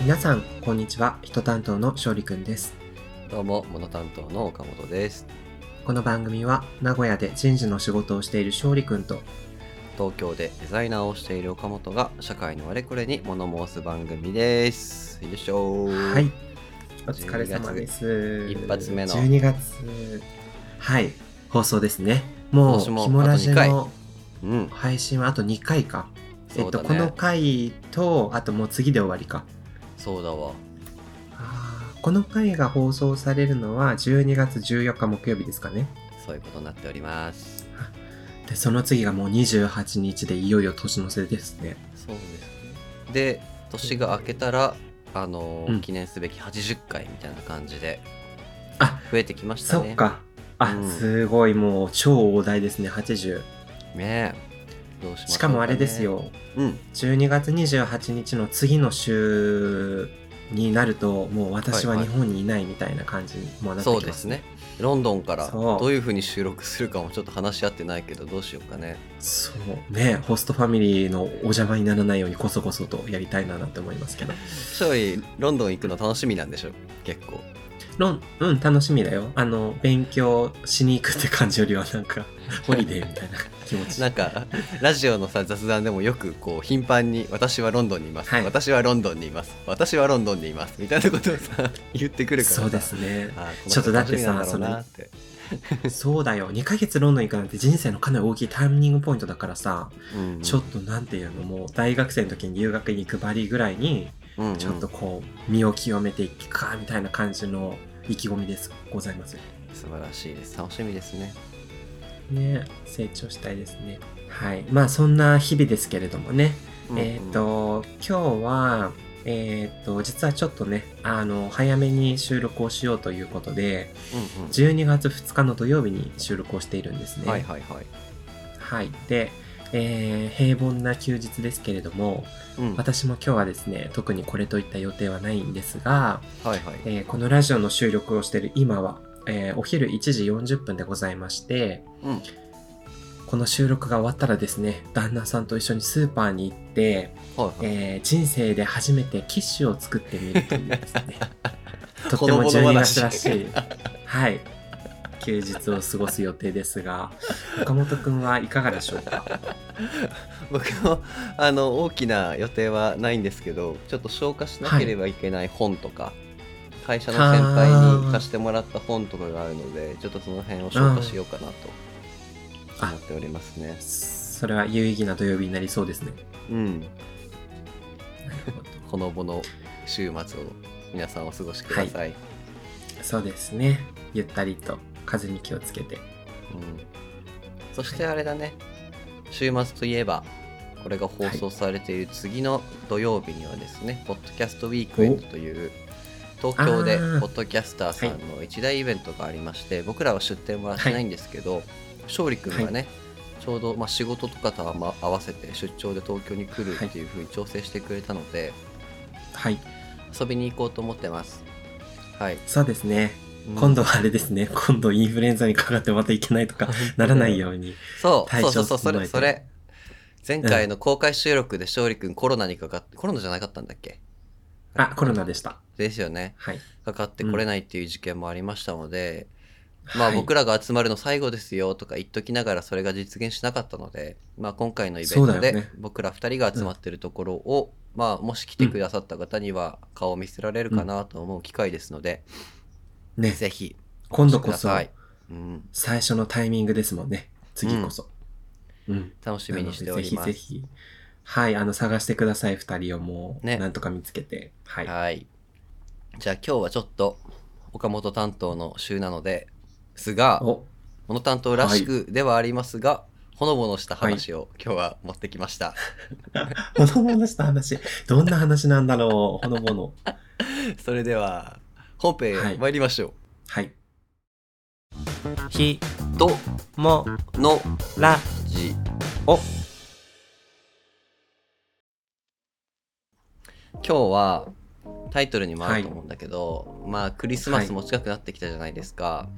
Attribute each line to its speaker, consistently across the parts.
Speaker 1: 皆さんこんにちは人担当の勝利くんです
Speaker 2: どうも、物担当の岡本です。
Speaker 1: この番組は名古屋で人事の仕事をしている勝利くんと
Speaker 2: 東京でデザイナーをしている岡本が社会のあれこれに物申す番組です。よいしょー。
Speaker 1: はいお疲れ様です
Speaker 2: 一発目の
Speaker 1: 12月はい放送ですねもう
Speaker 2: 今年も
Speaker 1: ひもラジ
Speaker 2: あと二
Speaker 1: の
Speaker 2: うん。
Speaker 1: 配信はあと2回かえ
Speaker 2: そ
Speaker 1: っ
Speaker 2: うだ
Speaker 1: と、
Speaker 2: ね。
Speaker 1: この回とあともう次で終わりか
Speaker 2: そうだわ。
Speaker 1: あーこの回が放送されるのは12月14日木曜日ですかね
Speaker 2: そういうことになっております。
Speaker 1: でその次がもう28日でいよいよ年の瀬ですね
Speaker 2: そうですね。で、年が明けたら、あの
Speaker 1: う
Speaker 2: ー
Speaker 1: ん
Speaker 2: 記念すべき80回みたいな感じで、
Speaker 1: あ
Speaker 2: 増えてきました
Speaker 1: そ
Speaker 2: ね。
Speaker 1: っ。かあ、
Speaker 2: うん
Speaker 1: すごいもう超大台ですね80
Speaker 2: ねえ。どうしましょうね
Speaker 1: しかもあれです。よ
Speaker 2: うん。
Speaker 1: 12月28日の次の週になるともう私は
Speaker 2: はいは
Speaker 1: 日
Speaker 2: い
Speaker 1: 本にいないみたいな感じにもうなってきます、
Speaker 2: そうですね。ロンドンから
Speaker 1: そう
Speaker 2: どういうふうに収録するかもちょっと話し合ってないけどどうしようかね。
Speaker 1: そうねホストファミリーのお邪魔にならないようにこそこそとやりたいななんて思いますけ ど
Speaker 2: 勝利ロンドン行くの楽しみなんでしょ結構
Speaker 1: ロンうん楽しみだよあの勉強しに行くって感じよりはなんか ホリデーみたいな気持ち
Speaker 2: なんかラジオのさ雑談でもよくこう頻繁に「私はロンドンにいます」
Speaker 1: はい
Speaker 2: 私はロンドンにいます」「私はロンドンにいます」みたいなことをさ 言ってくるからさ
Speaker 1: そうですね
Speaker 2: あー
Speaker 1: ちょっとだってさ
Speaker 2: この人楽しみなんだろうなって
Speaker 1: そうだよ2ヶ月ロンドン行くなんて人生のかなり大きいターニングポイントだからさ、
Speaker 2: うんうん
Speaker 1: ちょっとなんていうのもう大学生の時に留学に行くばりぐらいに
Speaker 2: うんうん
Speaker 1: ちょっとこう身を清めていくかみたいな感じの意気込みですございます
Speaker 2: 素晴らしいです楽しみですね
Speaker 1: ね成長したいですねはいまあそんな日々ですけれどもねえっ、と今日はえっ、と実はちょっとねあの早めに収録をしようということで
Speaker 2: うんうん
Speaker 1: 12月2日の土曜日に収録をしているんですね
Speaker 2: はいはいはい、
Speaker 1: はい、で、えー平凡な休日ですけれども
Speaker 2: うんはい
Speaker 1: 私も今日はですね特にこれといった予定はないんですが、
Speaker 2: はい
Speaker 1: えーこのラジオの収録をしている今は、えーお昼1時40分でございまして
Speaker 2: うん
Speaker 1: この収録が終わったらですね旦那さんと一緒にスーパーに行って、
Speaker 2: はいはい
Speaker 1: えー人生で初めてキッシュを作ってみるというですねとって
Speaker 2: ほの
Speaker 1: も
Speaker 2: ぼの
Speaker 1: 12月
Speaker 2: 話
Speaker 1: らしいはい休日を過ごす予定ですが岡本くんはいかがでしょうか
Speaker 2: 僕もあの大きな予定はないんですけどちょっと消化しなければいけない本とか、会社の先輩に貸してもらった本とかがあるのでちょっとその辺を消化しようかなと
Speaker 1: あ
Speaker 2: 思っておりますね。
Speaker 1: それは有意義な土曜日になりそうですね。
Speaker 2: うん、
Speaker 1: なる ほど。
Speaker 2: ほのぼの週末を皆さんお過ごしください。
Speaker 1: そうですね。ゆったりと風に気をつけて。
Speaker 2: うん、そしてあれだね週末といえばこれが放送されている次の土曜日にはですね、ポッドキャストウィークエンドという東京で
Speaker 1: あー
Speaker 2: ポッドキャスターさんの一大イベントがありまして、僕らは出店はしてないんですけど、勝利君がね、ちょうど、まあ、仕事とかとはま合わせて出張で東京に来るっていうふうに調整してくれたので、
Speaker 1: はい。
Speaker 2: 遊びに行こうと思ってます。はい、
Speaker 1: そうですね。
Speaker 2: うん
Speaker 1: 今度はあれですね。今度インフルエンザにかかってまたいけないと かならないように。
Speaker 2: そう、
Speaker 1: 体
Speaker 2: そうそ
Speaker 1: 調
Speaker 2: うそう、そ
Speaker 1: 整えて
Speaker 2: れ、それ。前回の公開収録で勝利くんコロナにかかって、コロナじゃなかったんだっけ
Speaker 1: あ、コロナでした。
Speaker 2: ですよね。
Speaker 1: はい。
Speaker 2: かかってこれないっていう事件もありましたので、ま
Speaker 1: は
Speaker 2: あ
Speaker 1: い
Speaker 2: 僕らが集まるの最後ですよとか言っときながらそれが実現しなかったので、まあ今回のイベン
Speaker 1: そうだ
Speaker 2: ト
Speaker 1: よ
Speaker 2: で
Speaker 1: ね
Speaker 2: 僕ら二人が集まってるところを、まあもし来てくださった方には顔を見せられるかなと思う機会ですので、
Speaker 1: ね。
Speaker 2: ぜひ、
Speaker 1: 今度こそ
Speaker 2: くださいうん、
Speaker 1: 最初のタイミングですもんね。次こそ。うん。
Speaker 2: 楽し
Speaker 1: な
Speaker 2: み
Speaker 1: の
Speaker 2: に
Speaker 1: で
Speaker 2: しております。
Speaker 1: ぜひぜひ。はい。あの、探してください。二人をもう、
Speaker 2: ね
Speaker 1: なんとか見つけて。はい。
Speaker 2: はい。じゃあ今日はちょっと岡本担当の週なのですが、
Speaker 1: お、
Speaker 2: この担当らしくではありますが、ほのぼのした話を今日は持ってきました。
Speaker 1: ほのぼのした話。どんな話なんだろう。ほのぼの。
Speaker 2: それでは本編
Speaker 1: はい
Speaker 2: へ参りましょ
Speaker 1: はい。
Speaker 2: う。ひと
Speaker 1: も、
Speaker 2: の
Speaker 1: ら、
Speaker 2: じ
Speaker 1: お。
Speaker 2: 今日はタイトルにもあると思うんだけど、まあクリスマスも近くなってきたじゃないですか。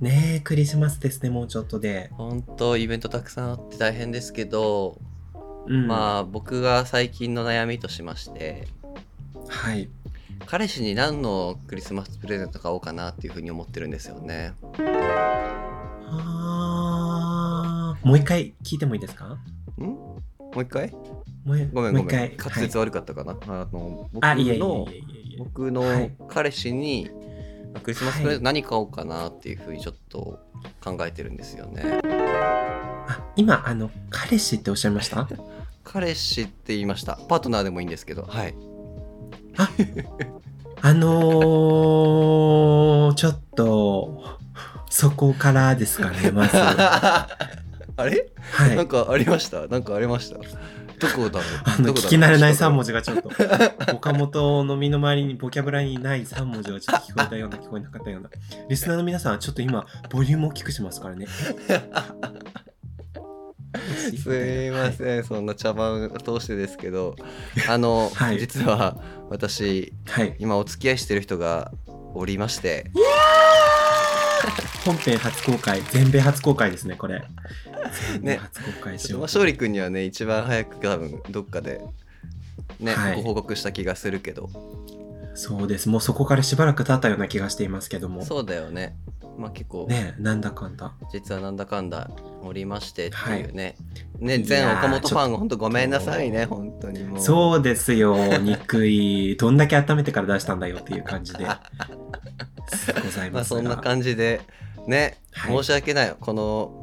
Speaker 1: ねえクリスマスですねもうちょっとで、
Speaker 2: 本当イベントたくさんあって大変ですけど、
Speaker 1: うん
Speaker 2: まあ僕が最近の悩みとしまして
Speaker 1: あはい
Speaker 2: 彼氏に何のクリスマスプレゼント買おうかなっていうふうに思ってるんですよね
Speaker 1: あーもう一回聞いてもいいですか
Speaker 2: んもう一回
Speaker 1: もう
Speaker 2: ごめん
Speaker 1: もう一
Speaker 2: ごめん
Speaker 1: 回
Speaker 2: 滑舌悪かったかな、あの僕
Speaker 1: はい、あいえいえいえい
Speaker 2: の
Speaker 1: えいえ
Speaker 2: 僕
Speaker 1: は
Speaker 2: の
Speaker 1: い
Speaker 2: 彼氏にクリスマスプレゼン
Speaker 1: はい
Speaker 2: ト何買おうかなっていうふうにちょっと考えてるんですよね、
Speaker 1: あ今あの彼氏っておっしゃいました
Speaker 2: 彼氏って言いましたパートナーでもいいんですけどはい
Speaker 1: あのー、ちょっとそこからですかねま ずは
Speaker 2: あ
Speaker 1: い
Speaker 2: れ、なんかありましたなんかありましたどこだろう
Speaker 1: あ
Speaker 2: ど
Speaker 1: の
Speaker 2: こだろう
Speaker 1: 聞き慣れない3文
Speaker 2: 字
Speaker 1: 字がちょっ と岡本の身の回りにボキャブラにない3文字がちょっと聞こえたような聞こえなかったようなリスナーの皆さんはちょっと今ボリュームを大きくしますからね
Speaker 2: すいま
Speaker 1: ん
Speaker 2: せんそんな茶番を通してですけどあの、
Speaker 1: はい
Speaker 2: 実は私
Speaker 1: はい
Speaker 2: 今お付き合いしてる人がおりまして
Speaker 1: 本編初公開全米初公開ですねこれ全米
Speaker 2: ね
Speaker 1: 初公開し
Speaker 2: ちょっと
Speaker 1: よ
Speaker 2: ま
Speaker 1: う
Speaker 2: あ勝利君にはね一番早く多分どっかでね、
Speaker 1: はい
Speaker 2: ご報告した気がするけど
Speaker 1: そうですもうそこからしばらく経ったような気がしていますけども
Speaker 2: そうだよねまあ結構、
Speaker 1: ねえなんだかんだ
Speaker 2: 実はなんだかんだおりましてっていうね、
Speaker 1: い
Speaker 2: ね
Speaker 1: やー
Speaker 2: 全岡本フ
Speaker 1: ちょ
Speaker 2: ァンが本当ごめんなさいね本当にもう
Speaker 1: そうですよ、憎い。どんだけ温めてから出したんだよっていう感じ で。ござい
Speaker 2: まあ
Speaker 1: ます
Speaker 2: そ
Speaker 1: が。
Speaker 2: んな感じでね、
Speaker 1: はい
Speaker 2: 申し訳ないこの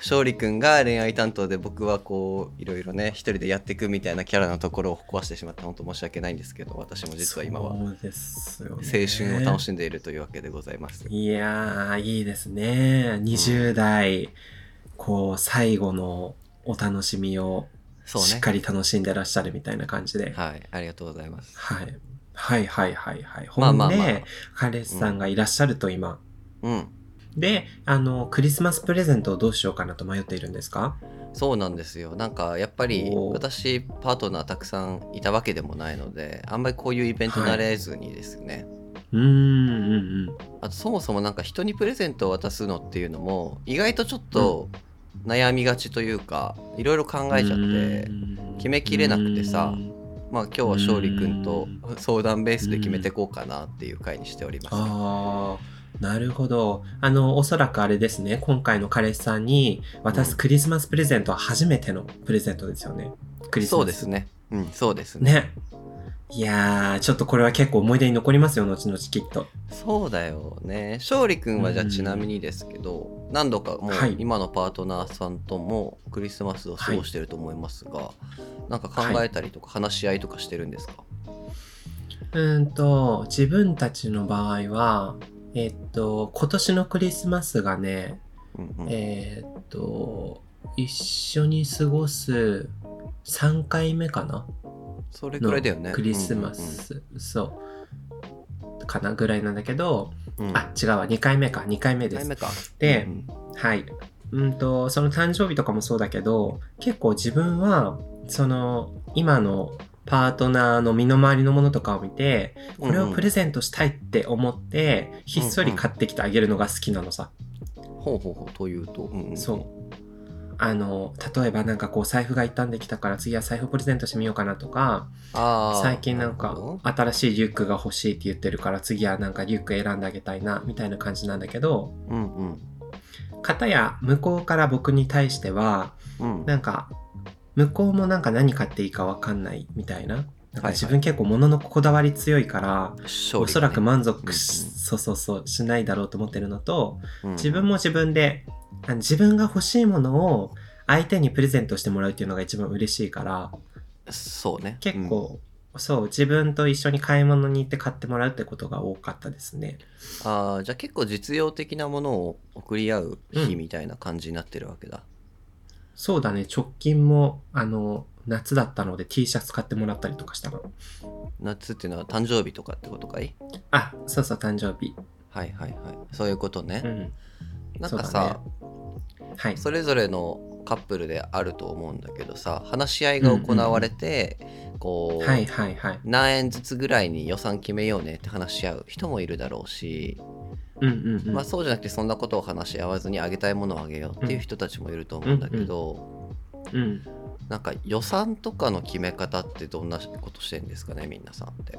Speaker 2: 勝利君が恋愛担当で僕はこういろいろね一人でやっていくみたいなキャラのところを壊してしまって本当申し訳ないんですけど私も実は今は青
Speaker 1: そうですよ、ね。
Speaker 2: 春を楽
Speaker 1: し
Speaker 2: しんでいるというわけでございます。
Speaker 1: いやー、いいですね。20代、こう、最後のお楽しみを
Speaker 2: そう
Speaker 1: しっ
Speaker 2: ね
Speaker 1: かり楽しんでらっしゃるみたいな感じで。
Speaker 2: はいありがとうございます。
Speaker 1: はい。はいはいはいはい。
Speaker 2: まあ
Speaker 1: ほん
Speaker 2: まあまあ
Speaker 1: で、彼氏さんがいらっしゃると今。
Speaker 2: うん
Speaker 1: で、あの、クリスマスプレゼントをどうしようかなと迷っているんですか
Speaker 2: そうなんですよなんかやっぱり
Speaker 1: おー
Speaker 2: 私パートナーたくさんいたわけでもないのであんまりこういうイベント慣れずにですね、
Speaker 1: うーん、うん、うん。
Speaker 2: あとそもそもなんか人にプレゼントを渡すのっていうのも意外とちょっと悩みがちというかいろいろ考えちゃって決めきれなくてさまあ今日は勝利くんと相談ベースで決めてこうかなっていう回にしております
Speaker 1: ああなるほどあのおそらくあれですね今回の彼氏さんに渡すクリスマスプレゼントは初めてのプレゼントですよねクリスマス
Speaker 2: そうですねうんそうですね
Speaker 1: ねいやーちょっとこれは結構思い出に残りますよ後々きっと
Speaker 2: そうだよね勝利くんはじゃあ
Speaker 1: うん
Speaker 2: ちなみにですけど何度かもう
Speaker 1: はい
Speaker 2: 今のパートナーさんともクリスマスを過ごしてると思いますが、なんか考えたりとか話し合いとかしてるんですか、
Speaker 1: うーんと自分たちの場合はえっと今年のクリスマスがね
Speaker 2: うんうん
Speaker 1: えっと一緒に過ごす3回目かな
Speaker 2: それくらいだよね
Speaker 1: のクリスマ、ス、そうかなぐらいなんだけど、
Speaker 2: うんうんうん、
Speaker 1: あ違うわ2回目か2回目で
Speaker 2: 二回
Speaker 1: す
Speaker 2: 目か
Speaker 1: で
Speaker 2: うん
Speaker 1: はいうんとその誕生日とかもそうだけど結構自分はその今のパートナーの身の回りのものとかを見てこれをプレゼントしたいって思って、ひっそり買ってきてあげるのが好きなのさ、
Speaker 2: うんほうほうほうというと、うんうん
Speaker 1: そうあの例えばなんかこう財布が傷んできたから次は財布プレゼントしてみようかなとか
Speaker 2: あー
Speaker 1: 最近なん
Speaker 2: るほ
Speaker 1: か
Speaker 2: ど
Speaker 1: 新しいリュックが欲しいって言ってるから次はなんかリュック選んであげたいなみたいな感じなんだけど
Speaker 2: うんうん
Speaker 1: 片や向こうから僕に対しては
Speaker 2: うん
Speaker 1: なんか向こうもなんか何買っていいかわかんないみたいななん
Speaker 2: は
Speaker 1: か
Speaker 2: い
Speaker 1: 自分結構物のこだわり強いから
Speaker 2: 勝利だね
Speaker 1: おそらく満
Speaker 2: うんうん
Speaker 1: 足しそうそうそうしないだろうと思ってるのと
Speaker 2: うん
Speaker 1: 自分も自分であの自分が欲しいものを相手にプレゼントしてもらうっていうのが一番嬉しいから
Speaker 2: そうね
Speaker 1: 結、構、そう自分と一緒に買い物に行って買ってもらうってことが多かったですね
Speaker 2: うんあーじゃあ結構実用的なものを送り合う日みたいな感じになってるわけだ、
Speaker 1: そうだね直近もあの夏だったので T シャツ買ってもらったりとかしたの
Speaker 2: 夏っていうのは誕生日とかってことかい
Speaker 1: あそうそう誕生日
Speaker 2: はいはいはいそういうことね、
Speaker 1: うん
Speaker 2: なんか
Speaker 1: そうだ
Speaker 2: さ
Speaker 1: ねはい
Speaker 2: それぞれのカップルであると思うんだけどさ話し合いが行われて、こう、
Speaker 1: はいはいはい
Speaker 2: 何円ずつぐらいに予算決めようねって話し合う人もいるだろうし、
Speaker 1: うんうんうん、
Speaker 2: まあ、そうじゃなくてそんなことを話し合わずにあげたいものをあげようっていう人たちもいると思うんだけど、
Speaker 1: うん
Speaker 2: なんか予算とかの決め方ってどんなことしてんですかねみんなさんって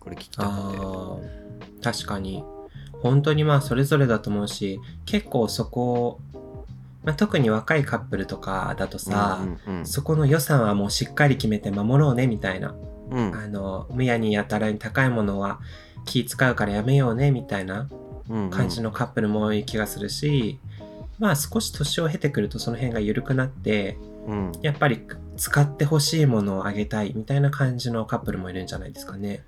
Speaker 2: これ聞きたくて
Speaker 1: あー確かに本当にまあそれぞれだと思うし結構そこ、まあ、特に若いカップルとかだとさ、
Speaker 2: うんうん
Speaker 1: そこの予算はもうしっかり決めて守ろうねみたいな、
Speaker 2: うん
Speaker 1: あのむやにやたらに高いものは気使うからやめようねみたいな
Speaker 2: うんうん
Speaker 1: 感じのカップルも多い気がするし、まあ少し年を経てくるとその辺が緩くなって
Speaker 2: うん
Speaker 1: やっぱり使ってほしいものをあげたいみたいな感じのカップルもいるんじゃないですかね。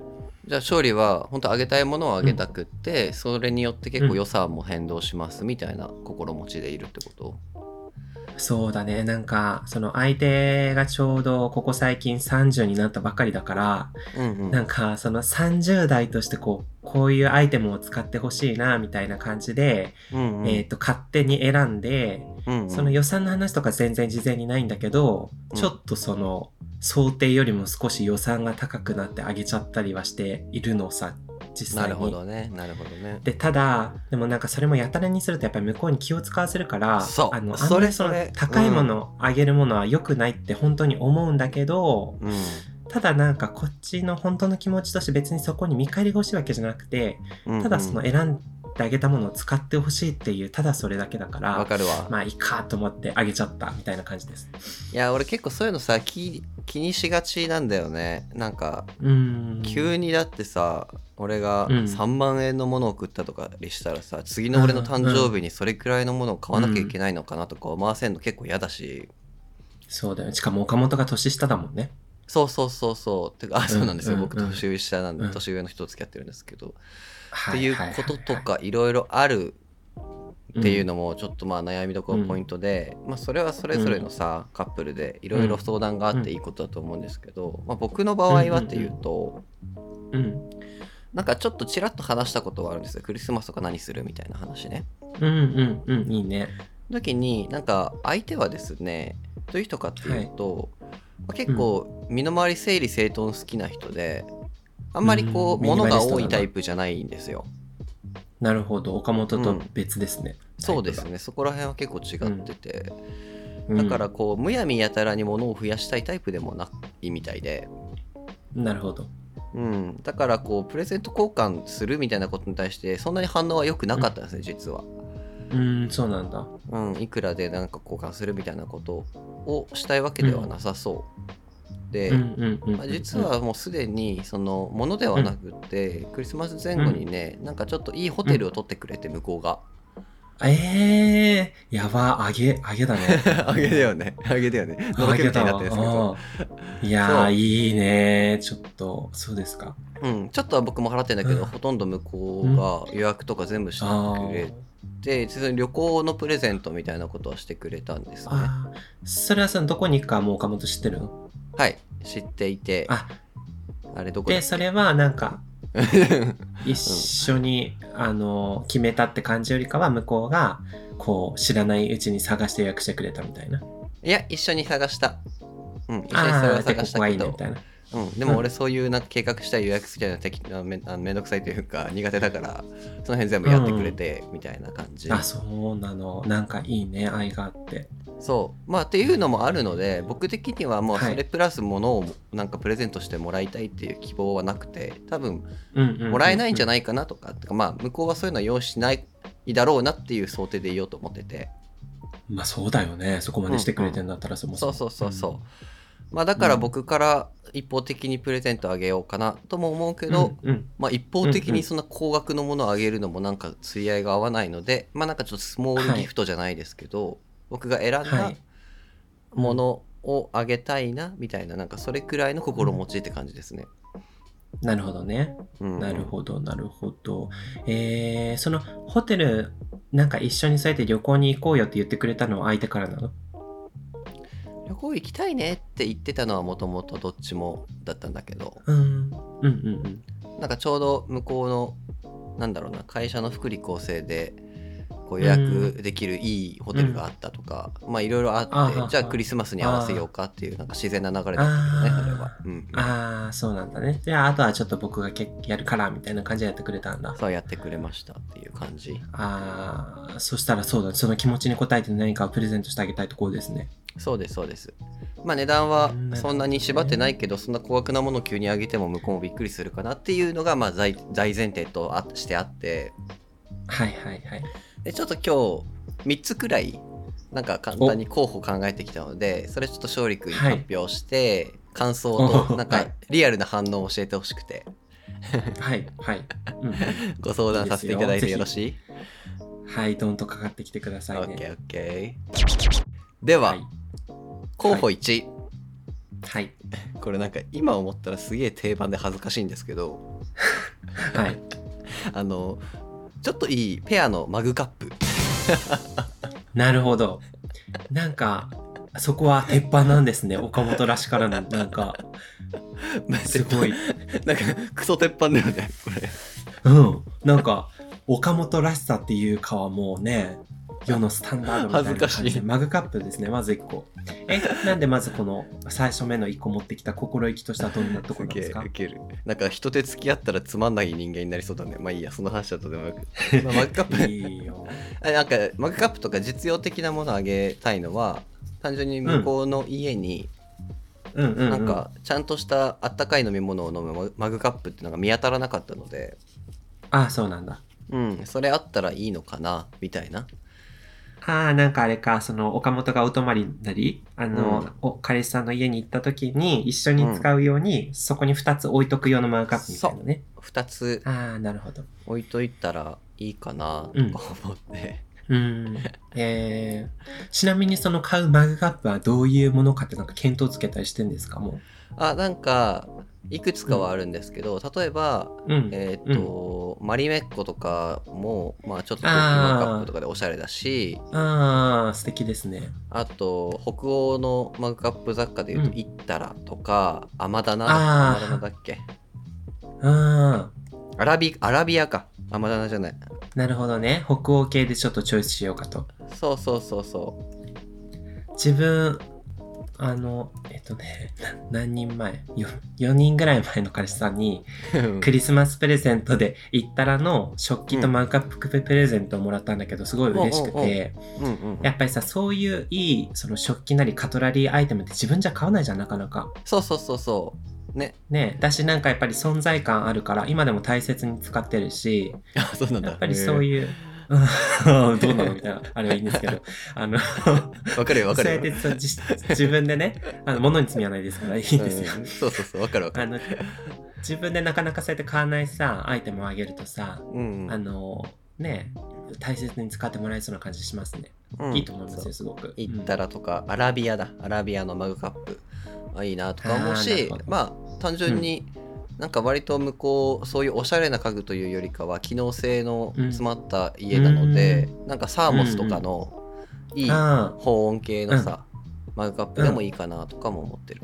Speaker 2: じゃあ勝利は本当あげたいものをあげたくって、それによって結構予算も変動しますみたいな心持ちでいるってこと、
Speaker 1: そうだね。なんか、その相手がちょうどここ最近30になったばかりだから、
Speaker 2: うんうん、
Speaker 1: なんかその30代としてこう、こういうアイテムを使ってほしいな、みたいな感じで、
Speaker 2: うんうん
Speaker 1: えっと、勝手に選んで、
Speaker 2: うんうん
Speaker 1: その予算の話とか全然事前にないんだけど、
Speaker 2: うん
Speaker 1: ちょっとその想定よりも少し予算が高くなって上げちゃったりはしているのをさ、実
Speaker 2: な
Speaker 1: 際
Speaker 2: るほ
Speaker 1: に。
Speaker 2: どねなるほどね
Speaker 1: でただでもなんかそれもやたらにするとやっぱり向こうに気を使わせるから
Speaker 2: そう
Speaker 1: あのあん
Speaker 2: そ
Speaker 1: ま
Speaker 2: れ
Speaker 1: りその
Speaker 2: それ
Speaker 1: 高いものあげるものは良くないって本当に思うんだけど、
Speaker 2: うん
Speaker 1: ただなんかこっちの本当の気持ちとして別にそこに見返りが欲しいわけじゃなくて
Speaker 2: うんうん
Speaker 1: ただその選んであげたものを使ってほしいっていうただそれだけだから、
Speaker 2: わかるわ、
Speaker 1: まあいいかと思ってあげちゃったみたいな感じです。
Speaker 2: いや俺結構そういうのさ気気にしがちなんだよねなんか
Speaker 1: うーん
Speaker 2: 急にだってさ俺が
Speaker 1: うん
Speaker 2: 3万円のものを食ったとかしたらさ、次の俺の誕生日にそれくらいのものを買わなきゃいけないのかなとか思わせるの結構嫌だし、
Speaker 1: そうだよしかも岡本が年下だもんね。
Speaker 2: そうそうそうそうてかあそうなんです
Speaker 1: う
Speaker 2: よ、
Speaker 1: んうん
Speaker 2: 僕年上下なんで、
Speaker 1: うん
Speaker 2: 年上の人と付き合ってるんですけど、っ
Speaker 1: は
Speaker 2: ていうこととかいろいろあるっていうのもちょっとまあ悩みどころポイントで、まあ、それはそれぞれのさ、カップルでいろいろ相談があっていいことだと思うんですけど、まあ、僕の場合はっていうと、
Speaker 1: はいはいうん
Speaker 2: なんかちょっとちらっと話したことはあるんですよクリスマスとか何するみたいな話ね。
Speaker 1: うんうんうんいいね。
Speaker 2: 時になんか相手はですねどういう人かっていうと、まあ結構身の回り整理整頓好きな人であんまりこ
Speaker 1: う
Speaker 2: うん
Speaker 1: ミニ
Speaker 2: 物
Speaker 1: マリ
Speaker 2: が
Speaker 1: ストだな
Speaker 2: 多いタイプじゃないんですよ。
Speaker 1: なるほど岡本と別ですね、
Speaker 2: そうです
Speaker 1: タイ
Speaker 2: ねそこら辺は結構違ってて、
Speaker 1: プが
Speaker 2: だから、こうむやみやたらに物を増やしたいタイプでもないみたいで、
Speaker 1: うんなるほど
Speaker 2: うん、だからこうプレゼント交換するみたいなことに対してそんなに反応は良くなかったんですね、実は、
Speaker 1: うんそうなんだ
Speaker 2: うん、いくらでなんか交換するみたいなことをしたいわけではなさそうで、
Speaker 1: うんうんうんうん
Speaker 2: まあ、実はもうすでにそのものではなくって、クリスマス前後にねなんかちょっといいホテルを取ってくれて向こうが
Speaker 1: ええー、やばあげあげだね
Speaker 2: あげだよねあげだよね のろけみたいになってるんですけど
Speaker 1: あげたわうんいや
Speaker 2: そ
Speaker 1: ー
Speaker 2: う
Speaker 1: いいねちょっとそうですか
Speaker 2: うん、ちょっとは僕も払ってんだけど、
Speaker 1: うん
Speaker 2: ほとんど向こうが予約とか全部して
Speaker 1: あ
Speaker 2: くれ
Speaker 1: ー
Speaker 2: て、実に旅行のプレゼントみたいなことはしてくれたんですね。
Speaker 1: あーそれはさどこに行くかもう岡本知ってるの
Speaker 2: はい、知っていて、あ
Speaker 1: あ
Speaker 2: れどこだ
Speaker 1: でそれはなんか
Speaker 2: う
Speaker 1: 一緒に、あの決めたって感じよりかは向こうがこう知らないうちに探して予約してくれたみたいない
Speaker 2: や、一緒に探した。うん、一緒にそれ
Speaker 1: あ
Speaker 2: は
Speaker 1: あーで
Speaker 2: 探
Speaker 1: こ
Speaker 2: した
Speaker 1: こがい
Speaker 2: け
Speaker 1: いねみ
Speaker 2: ど、
Speaker 1: たいな
Speaker 2: うん、でも俺そういうなんか計画したり予約するのはめあのめんどくさいというか苦手だから、その辺全部やってくれて、みたいな感じ。
Speaker 1: あそうなのなんかいいね愛があって
Speaker 2: そうまあっていうのもあるので僕的にはもう
Speaker 1: はい
Speaker 2: それプラスものをなんかプレゼントしてもらいたいっていう希望はなくて多分
Speaker 1: うんうんうん
Speaker 2: もらえないんじゃ
Speaker 1: ない
Speaker 2: ないかなとか,、とかまあ向こうはそういうのは用意しないだろうなっていう想定でいようと思ってて
Speaker 1: まあそうだよねそこまでしてくれてんだったらそもそ
Speaker 2: そう
Speaker 1: も、
Speaker 2: そうそうそう、まあだから僕から一方的にプレゼントあげようかなとも思うけど、
Speaker 1: うんうん
Speaker 2: まあ一方的にそんな高額のものをあげるのもなんか釣り合いが合わないのでまあなんかちょっとスモールギフトじゃないですけど、僕が選んだ、
Speaker 1: はい
Speaker 2: ものをあげたいなみたいななんかそれくらいの心持ちって感じですね。
Speaker 1: なるほどね
Speaker 2: うん、
Speaker 1: なるほどなるほどえー、そのホテルなんか一緒にそうやって旅行に行こうよって言ってくれたのは相手からなの
Speaker 2: 旅行行きたいねって言ってたのはもともとどっちもだったんだけど
Speaker 1: うんうんうんうん
Speaker 2: なんかちょうど向こうのなんだろうな会社の福利厚生でこう予約できるいいホテルがあったとか、まあいろいろあって
Speaker 1: あはは
Speaker 2: じゃあクリスマスに合わせようかっていうなんか自然な流れだったけどね
Speaker 1: あ
Speaker 2: あ
Speaker 1: ー
Speaker 2: れは、うん、
Speaker 1: ああ、そうなんだね。じゃあ、あとはちょっと僕がけやるから、みたいな感じでやってくれたんだ。
Speaker 2: そうやってくれましたっていう感じ
Speaker 1: ああ、そしたらそうだ、その気持ちに応えて何かをプレゼントしてあげたいところですね。
Speaker 2: そうですそうですまあ値段は
Speaker 1: うん
Speaker 2: そんなに縛ってないけどそんな高額なものを急に上げても向こうもびっくりするかなっていうのがまあ大大前提とあしてあって
Speaker 1: はいはいはい。
Speaker 2: でちょっと今日3つくらいなんか簡単に候補考えてきたのでそれちょっと勝利君に発表して、感想と
Speaker 1: お
Speaker 2: な
Speaker 1: は
Speaker 2: んか
Speaker 1: い
Speaker 2: リアルな反応を教えてほしくて
Speaker 1: はいはい。うん
Speaker 2: ご相談させていただいて
Speaker 1: いい
Speaker 2: よろ
Speaker 1: です
Speaker 2: しい
Speaker 1: はい、どんとかかってきてください
Speaker 2: ?OKOK、オッケ
Speaker 1: ね。
Speaker 2: ーオッケーでは、
Speaker 1: はい。
Speaker 2: 候補1、
Speaker 1: はい。
Speaker 2: これなんか今思ったらすげえ定番で恥ずかしいんですけど
Speaker 1: はい。
Speaker 2: あのちょっといいペアのマグカップ
Speaker 1: なるほど。なんか、そこは鉄板なんですね。岡本らしからぬ、なんか、すごい。
Speaker 2: なんかクソ鉄板だよねこれ
Speaker 1: うん。なんか、岡本らしさっていうかはもうね、世のスタンダードみたいな感
Speaker 2: 恥
Speaker 1: じ
Speaker 2: ずかしい
Speaker 1: で、マグカップですね、まず1個。え、なんでまずこの最初目の1個持ってきた心意気としたどんなところなんですか
Speaker 2: ウケるなんか人手付き合ったらつまんない人間になりそうだねまあいいやその話だとでもよく、まあ、マグカップ
Speaker 1: いいよ。
Speaker 2: あなんかマグカップとか実用的なものあげたいのは単純に向こうの家に
Speaker 1: うんうん、うん。
Speaker 2: なんかちゃんとしたあったかい飲み物を飲むマグマグカップってのが見当たらなかったので、
Speaker 1: ああ、そうなんだ。
Speaker 2: うん、それあったらいいのかなみたいな
Speaker 1: ああ、なんかあれか、その、岡本がお泊まりなり、あの、
Speaker 2: うん
Speaker 1: お彼氏さんの家に行った時に、一緒に使うように、そこに2つ置いとく用のマグカップみたいなね。
Speaker 2: 2つ
Speaker 1: ああ、なるほど。
Speaker 2: 置いといたらいいかなとか思って、
Speaker 1: うん。 えー、ちなみにその買うマグカップはどういうものかってなんか見当つけたりしてんですかも
Speaker 2: あなんかいくつかはあるんですけど、例えば
Speaker 1: う。うん。
Speaker 2: えーっと、マリメッコとかも、まあ、ちょっとコーヒーマグカップとかでおしゃれだし
Speaker 1: ああ、素敵ですね。
Speaker 2: あと北欧のマグカップ雑貨でいうと
Speaker 1: う
Speaker 2: 「
Speaker 1: ん
Speaker 2: イッタラ」とか「アマダナ」
Speaker 1: あー
Speaker 2: アマダナだっけ
Speaker 1: ああ、
Speaker 2: アラビアラビアかアマダナじゃない
Speaker 1: なるほどね。北欧系でちょっとチョイスしようかと。
Speaker 2: そうそうそうそ
Speaker 1: 自分、あの、えっとね、な何人前 4, 4人ぐらい前の彼氏さんに、
Speaker 2: う
Speaker 1: クリスマスプレゼントで行ったらの食器とマグカッププレゼントをもらったんだけど、すごい嬉しく
Speaker 2: おうおうおう
Speaker 1: て、
Speaker 2: うんうん
Speaker 1: やっぱりさ、そういういいその食器なりカトラリーアイテムって自分じゃ買わないじゃん、なかなか。
Speaker 2: そうそうそうそうね
Speaker 1: ねだしなんかやっぱり存在感あるから、今でも大切に使ってるし、
Speaker 2: あそうなんだ
Speaker 1: やっぱりそう
Speaker 2: う
Speaker 1: いう、うんどうなのみたいな、あれはいいんですけど、あの、
Speaker 2: わかるよわか
Speaker 1: そう
Speaker 2: る
Speaker 1: や
Speaker 2: よ
Speaker 1: ってそう自自分でね、あの物に罪はないですからいいんですよ。
Speaker 2: うんそうそうそうわかるわか
Speaker 1: あ
Speaker 2: る
Speaker 1: の自分でなかなかそうやって買わないさアイテムをあげるとさ、
Speaker 2: うん
Speaker 1: あのね大切に使ってもらえそうな感じしますね。
Speaker 2: うん
Speaker 1: いいと思いま
Speaker 2: そ
Speaker 1: す
Speaker 2: う
Speaker 1: よすごく。
Speaker 2: イッタラとか、アラビアだアラビアのマグカップあいいなとか思う
Speaker 1: あーな
Speaker 2: し
Speaker 1: るほど
Speaker 2: まあ単純に、なんか割と向こうそういうおしゃれな家具というよりかは機能性の詰まった家なので、なんかサーモスとかのい
Speaker 1: うん
Speaker 2: い
Speaker 1: あ
Speaker 2: 保温系のさ、マグカップでもいいかなとかも思ってる、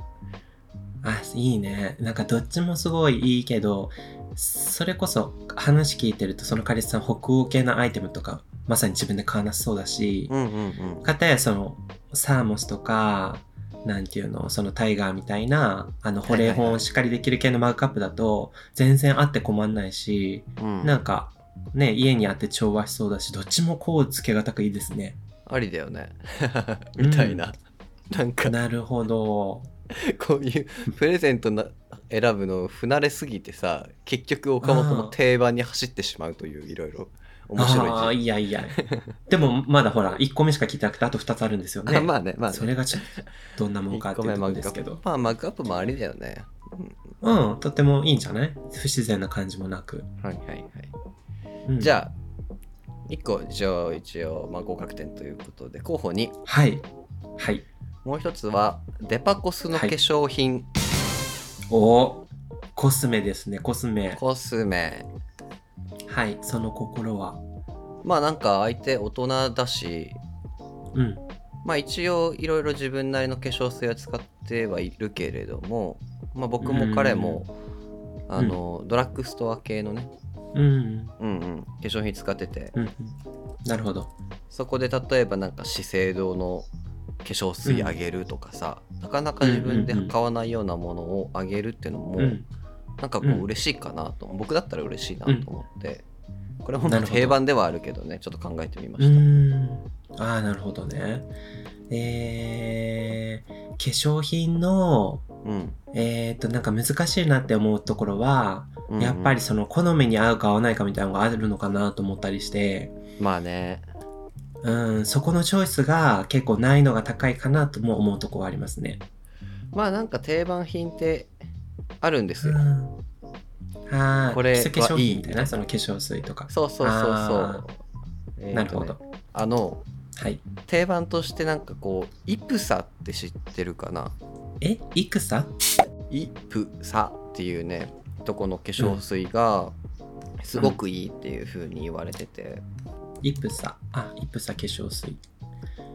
Speaker 1: ーあいいねなんかどっちもすごいいいけどそれこそ話聞いてるとその彼氏さん北欧系のアイテムとかまさに自分で買わなそうだし、
Speaker 2: うんうんうん
Speaker 1: かたやそのサーモスとかなんていうのそのタイガーみたいなあの保冷
Speaker 2: はいはい
Speaker 1: 本
Speaker 2: は
Speaker 1: を
Speaker 2: い
Speaker 1: しっかりできる系のマグカップだと全然あって困んないし、
Speaker 2: うん
Speaker 1: なんかね家にあって調和しそうだしどっちもこうつけがたくいいです ね
Speaker 2: ありだよねみたいな、なんか
Speaker 1: なるほど
Speaker 2: こういうプレゼントな選ぶの不慣れすぎてさ結局岡本の定番に走ってしまうといういろいろ面
Speaker 1: あ
Speaker 2: 白
Speaker 1: ー
Speaker 2: い
Speaker 1: いやいやでもまだほら1個目しか聞いてなくてあと2つあるんですよ
Speaker 2: 時期
Speaker 1: ね
Speaker 2: あ まあねまあね
Speaker 1: それがちょっとどんなもんかっていう
Speaker 2: 一
Speaker 1: と
Speaker 2: 個
Speaker 1: こ
Speaker 2: 目
Speaker 1: ですけ
Speaker 2: マグ
Speaker 1: ど
Speaker 2: カップまあマグカップもありだよね
Speaker 1: うんとてもいいんじゃない不自然な感じもなく、
Speaker 2: はいはいはい、
Speaker 1: うん
Speaker 2: じゃあ1個一応一応、まあ、合格点ということで候補に
Speaker 1: はいはい
Speaker 2: もう一つはデパコスの化粧品、
Speaker 1: おコスメですねコスメ
Speaker 2: コスメ
Speaker 1: はいその心は
Speaker 2: まあなんか相手大人だし
Speaker 1: うん
Speaker 2: まあ一応いろいろ自分なりの化粧水は使ってはいるけれども、まあ、僕も彼も、あのドラッグストア系のね
Speaker 1: うん
Speaker 2: うんうん、化粧品使ってて
Speaker 1: うんうんなるほど
Speaker 2: そこで例えばなんか資生堂の化粧水あげるとかさ、なかなか自分で買わないようなものをあげるっていうのも、
Speaker 1: うん
Speaker 2: なんかこ
Speaker 1: うん
Speaker 2: う嬉しいかなと、僕だったら嬉しいなと思って、これもま
Speaker 1: な
Speaker 2: あ
Speaker 1: るほど
Speaker 2: 定番ではあるけどねちょっと考えてみま
Speaker 1: う
Speaker 2: した、
Speaker 1: んああなるほどねえー、化粧品の
Speaker 2: うん
Speaker 1: えー、となんか難しいなって思うところは、
Speaker 2: うん
Speaker 1: やっぱりその好みに合うか合わないかみたいなのがあるのかなと思ったりして、
Speaker 2: まあね
Speaker 1: うん、そこのチョイスが結構難易度が高いかなとも思うとこはありますね。
Speaker 2: まあなんか定番品ってあるんですよ、
Speaker 1: うん、ああ、
Speaker 2: これ
Speaker 1: 基礎化粧
Speaker 2: はいい
Speaker 1: 品みたいな、その化粧水とか。
Speaker 2: そうそうそうそう
Speaker 1: あ、
Speaker 2: えーとね
Speaker 1: なるほど。
Speaker 2: あの
Speaker 1: はい。
Speaker 2: 定番としてなんかこうイプサって知ってるかな
Speaker 1: え、いくさ
Speaker 2: イプサっていうねとこの化粧水がすごくいいっていう風に言われてて、
Speaker 1: イプサ。あ、イプサ化粧水。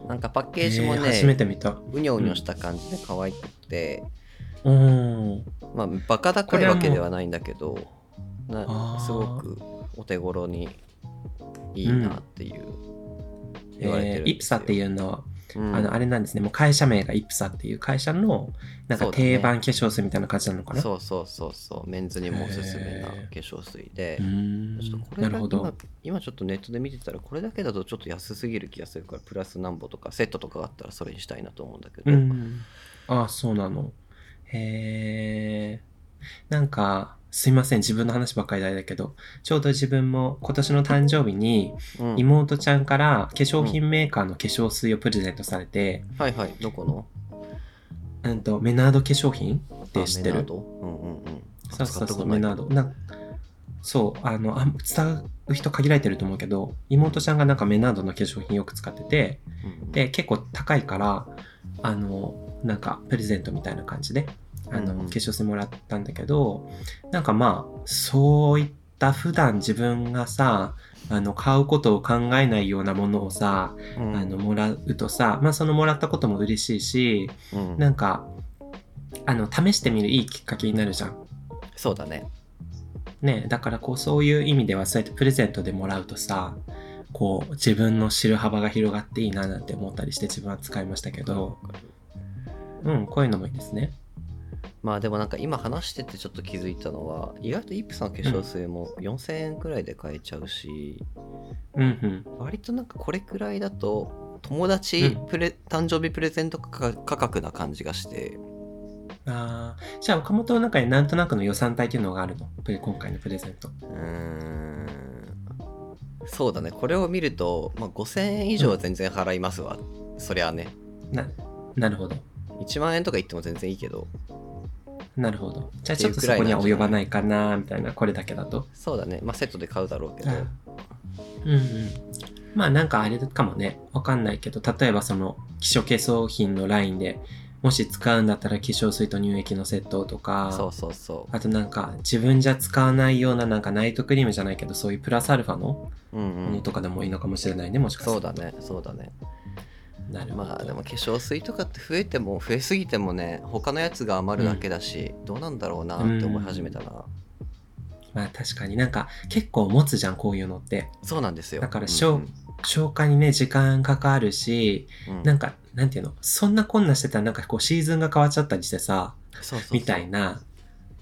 Speaker 2: なんかパッケージも
Speaker 1: えー
Speaker 2: ね、
Speaker 1: 初めて見た。
Speaker 2: うにょうにょした感じで可愛くて、
Speaker 1: おー
Speaker 2: まあバカ高いわけではないんだけど
Speaker 1: あ
Speaker 2: な
Speaker 1: ー
Speaker 2: すごくお手頃にいいなっていう、言われて
Speaker 1: え
Speaker 2: るんですよ
Speaker 1: ーイプサっていうのは、
Speaker 2: うん
Speaker 1: あの、あれなんですね。もう会社名がイプサっていう会社の、なん
Speaker 2: そ
Speaker 1: か
Speaker 2: うだね
Speaker 1: 定番化粧水みたいな感じなのかな。う
Speaker 2: そうそうそうそうメンズにもおすすめな化
Speaker 1: へ
Speaker 2: 粧水で、
Speaker 1: ー
Speaker 2: ちょっとこ
Speaker 1: ん。
Speaker 2: れ
Speaker 1: な
Speaker 2: だ
Speaker 1: る
Speaker 2: け
Speaker 1: ほ
Speaker 2: 今
Speaker 1: ど。
Speaker 2: 今ちょっとネットで見てたらこれだけだとちょっと安すぎる気がするからプラスなんぼとかセットとかがあったらそれにしたいなと思うんだけど、
Speaker 1: うん。ああ、そうなの。へえ。なんか、すいません、自分の話ばっかりだけど、ちょうど自分も今年の誕生日に
Speaker 2: うん
Speaker 1: 妹ちゃんから化粧品メーカーの化粧水をプレゼントされて、
Speaker 2: はいはいどこの
Speaker 1: うんと、メナード化粧品って知って
Speaker 2: あメナー
Speaker 1: る
Speaker 2: ドうんうんうん
Speaker 1: そうそう
Speaker 2: 使っ
Speaker 1: そ
Speaker 2: たこ
Speaker 1: う、
Speaker 2: とな
Speaker 1: メ
Speaker 2: い
Speaker 1: ナード。なんそう、あの、あん伝う人限られてると思うけど、妹ちゃんがなんかメナードの化粧品よく使ってて、
Speaker 2: うんうん
Speaker 1: で、結構高いから、あの、なんかプレゼントみたいな感じで、あの、
Speaker 2: うんうん
Speaker 1: 化粧水もらったんだけど、なんかまあ、そういった普段自分がさ、あの、買うことを考えないようなものをさ、
Speaker 2: うん
Speaker 1: あの、もらうとさ、まあ、そのもらったことも嬉しいし、
Speaker 2: うん
Speaker 1: なんか、あの、試してみるいいきっかけになるじゃん。
Speaker 2: そうだね
Speaker 1: ねだからこうそういう意味ではそうやってプレゼントでもらうとさこう自分の知る幅が広がっていいななんて思ったりして自分は使いましたけどうんこういうのもいいですね
Speaker 2: まあでもなんか今話しててちょっと気づいたのは意外とイップさんの化粧水も4000円くらいで買えちゃうし、
Speaker 1: うん
Speaker 2: 割となんかこれくらいだと友達プレ、誕生日プレゼント価格価格な感じがして
Speaker 1: うんあーじゃあ岡本の中になんとなくの予算帯っていうのがあるのプレ今回のプレゼント
Speaker 2: うーんそうだねこれを見ると、まあ、5000円以上は全然払いますわ、そりゃあね
Speaker 1: ななるほど
Speaker 2: 1万円とか言っても全然いいけど
Speaker 1: なるほどじゃあ
Speaker 2: って
Speaker 1: ち
Speaker 2: い
Speaker 1: ょ
Speaker 2: う
Speaker 1: っと
Speaker 2: く
Speaker 1: そ
Speaker 2: らい
Speaker 1: こ
Speaker 2: なん
Speaker 1: に
Speaker 2: じゃ
Speaker 1: は
Speaker 2: ない
Speaker 1: 及ばないかなみたいなこれだけだと
Speaker 2: そうだねまあセットで買うだろうけど
Speaker 1: あうんうんまあなんかあれかもねわかんないけど例えばその希少化粧品のラインでもし使うんだったら化粧水と乳液のセットとか
Speaker 2: そうそうそ
Speaker 1: あとなんか自分じゃ使わないようななんかナイトクリームじゃないけどそういうプラスアルファの
Speaker 2: ううん
Speaker 1: も
Speaker 2: う
Speaker 1: の
Speaker 2: ん
Speaker 1: とかでもいいのかもしれないねもしかする
Speaker 2: そう
Speaker 1: と
Speaker 2: だねそうだね
Speaker 1: なるほど
Speaker 2: まあでも化粧水とかって増えても増えすぎてもね他のやつが余るだけだし、どうなんだろうなって思い始めたな、
Speaker 1: まあ確かになんか結構持つじゃんこういうのって
Speaker 2: そうなんですよ
Speaker 1: だから
Speaker 2: うん
Speaker 1: しょう消化にね時間かかるし
Speaker 2: うん
Speaker 1: なんかなんていうのそんなこんなしてたらなんかこうシーズンが変わっちゃったりしてさ
Speaker 2: そうそうそう
Speaker 1: みたいな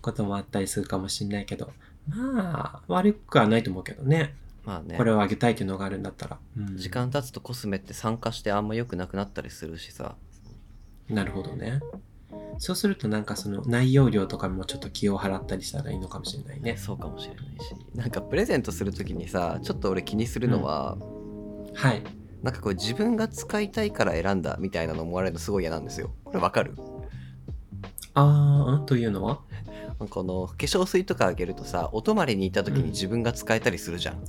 Speaker 1: こともあったりするかもしれないけどまあ悪くはないと思うけどね
Speaker 2: まあね
Speaker 1: これをあげたいっていうのがあるんだったら、うん
Speaker 2: 時間経つとコスメって酸化してあんま良くなくなったりするしさ
Speaker 1: なるほどねそうするとなんかその内容量とかもちょっと気を払ったりしたらいいのかもしれないね
Speaker 2: そうかもしれないしなんかプレゼントする時にさちょっと俺気にするのは、
Speaker 1: はい
Speaker 2: なんかこう自分が使いたいから選んだみたいなの思われるのすごい嫌なんですよこれわかる
Speaker 1: あーうんというのは
Speaker 2: この化粧水とかあげるとさお泊まりに行った時に自分が使えたりするじゃん、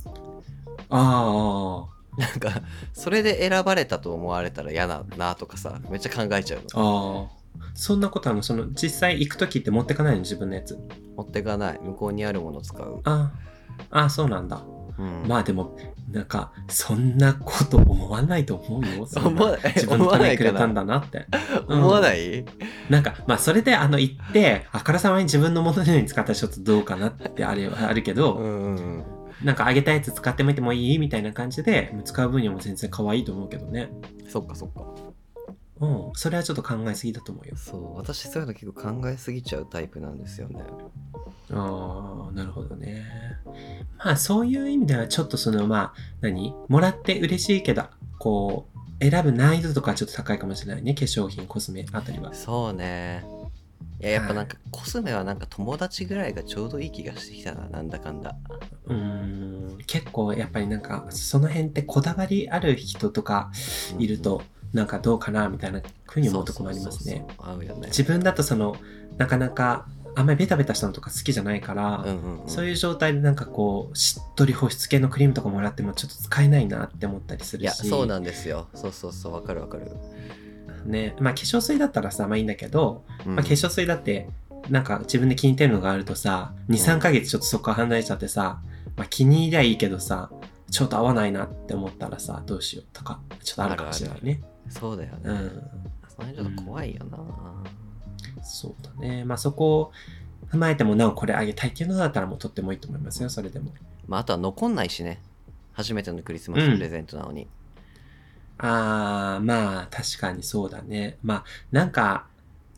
Speaker 1: あー
Speaker 2: なんかそれで選ばれたと思われたら嫌だなとかさめっちゃ考えちゃうの
Speaker 1: あーあーそんなことあるのその実際行く時って持ってかないの自分のやつ
Speaker 2: 持ってかない向こうにあるもの使う、
Speaker 1: あーあーそうなんだ
Speaker 2: うん
Speaker 1: まあでもなんかそんなこと思わないと思うよそんな
Speaker 2: 思わない
Speaker 1: 自分のためにくれたん
Speaker 2: 思わないか
Speaker 1: だなって
Speaker 2: な思わない、
Speaker 1: なんか、まあ、それで、あの、行って、あからさまに自分のもののように使ったらちょっとどうかなってあれはあるけ
Speaker 2: う
Speaker 1: ど、
Speaker 2: んうんうん
Speaker 1: なんかあげたやつ使ってみてもいいみたいな感じで使う分にはもう全然可愛いと思うけどね
Speaker 2: そっかそっか
Speaker 1: うんそれはちょっと考えすぎだと思うよ
Speaker 2: そう私そういうの結構考えすぎちゃうタイプなんですよね
Speaker 1: ああなるほどねまあそういう意味ではちょっとそのまあ何もらって嬉しいけどこう選ぶ難易度とかちょっと高いかもしれないね化粧品コスメあたりは
Speaker 2: そうねいややっぱなんかコスメはなんか友達ぐらいがちょうどいい気がしてきたななんだかんだ
Speaker 1: うーん結構やっぱりなんかその辺ってこだわりある人とかいるとなんかどうかなみたいなふうに思うとこもありますね
Speaker 2: そうそうそう合うよね
Speaker 1: 自分だとそのなかなかあんまりベタベタしたのとか好きじゃないから、
Speaker 2: うんうんうん、
Speaker 1: そういう状態でなんかこうしっとり保湿系のクリームとかもらってもちょっと使えないなって思ったりするし
Speaker 2: いやそうなんですよそうそうそうわかるわかる、
Speaker 1: ねまあ化粧水だったらさまあいいんだけど、
Speaker 2: うん
Speaker 1: まあ、化粧水だってなんか自分で気に入ってるのがあるとさ23ヶ月ちょっとそこから離れちゃってさ、まあ、気に入りゃいいけどさちょっと合わないなって思ったらさどうしようとかちょっとあるかもしれないね
Speaker 2: そうだよね、
Speaker 1: うん
Speaker 2: それちょっと怖いよな、
Speaker 1: そうだねまあそこを踏まえてもなおこれあげたいっていうのだったらもうとってもいいと思いますよそれでも
Speaker 2: まあ、あとは残んないしね初めてのクリスマスプレゼントなのに、
Speaker 1: ああまあ確かにそうだねまあなんか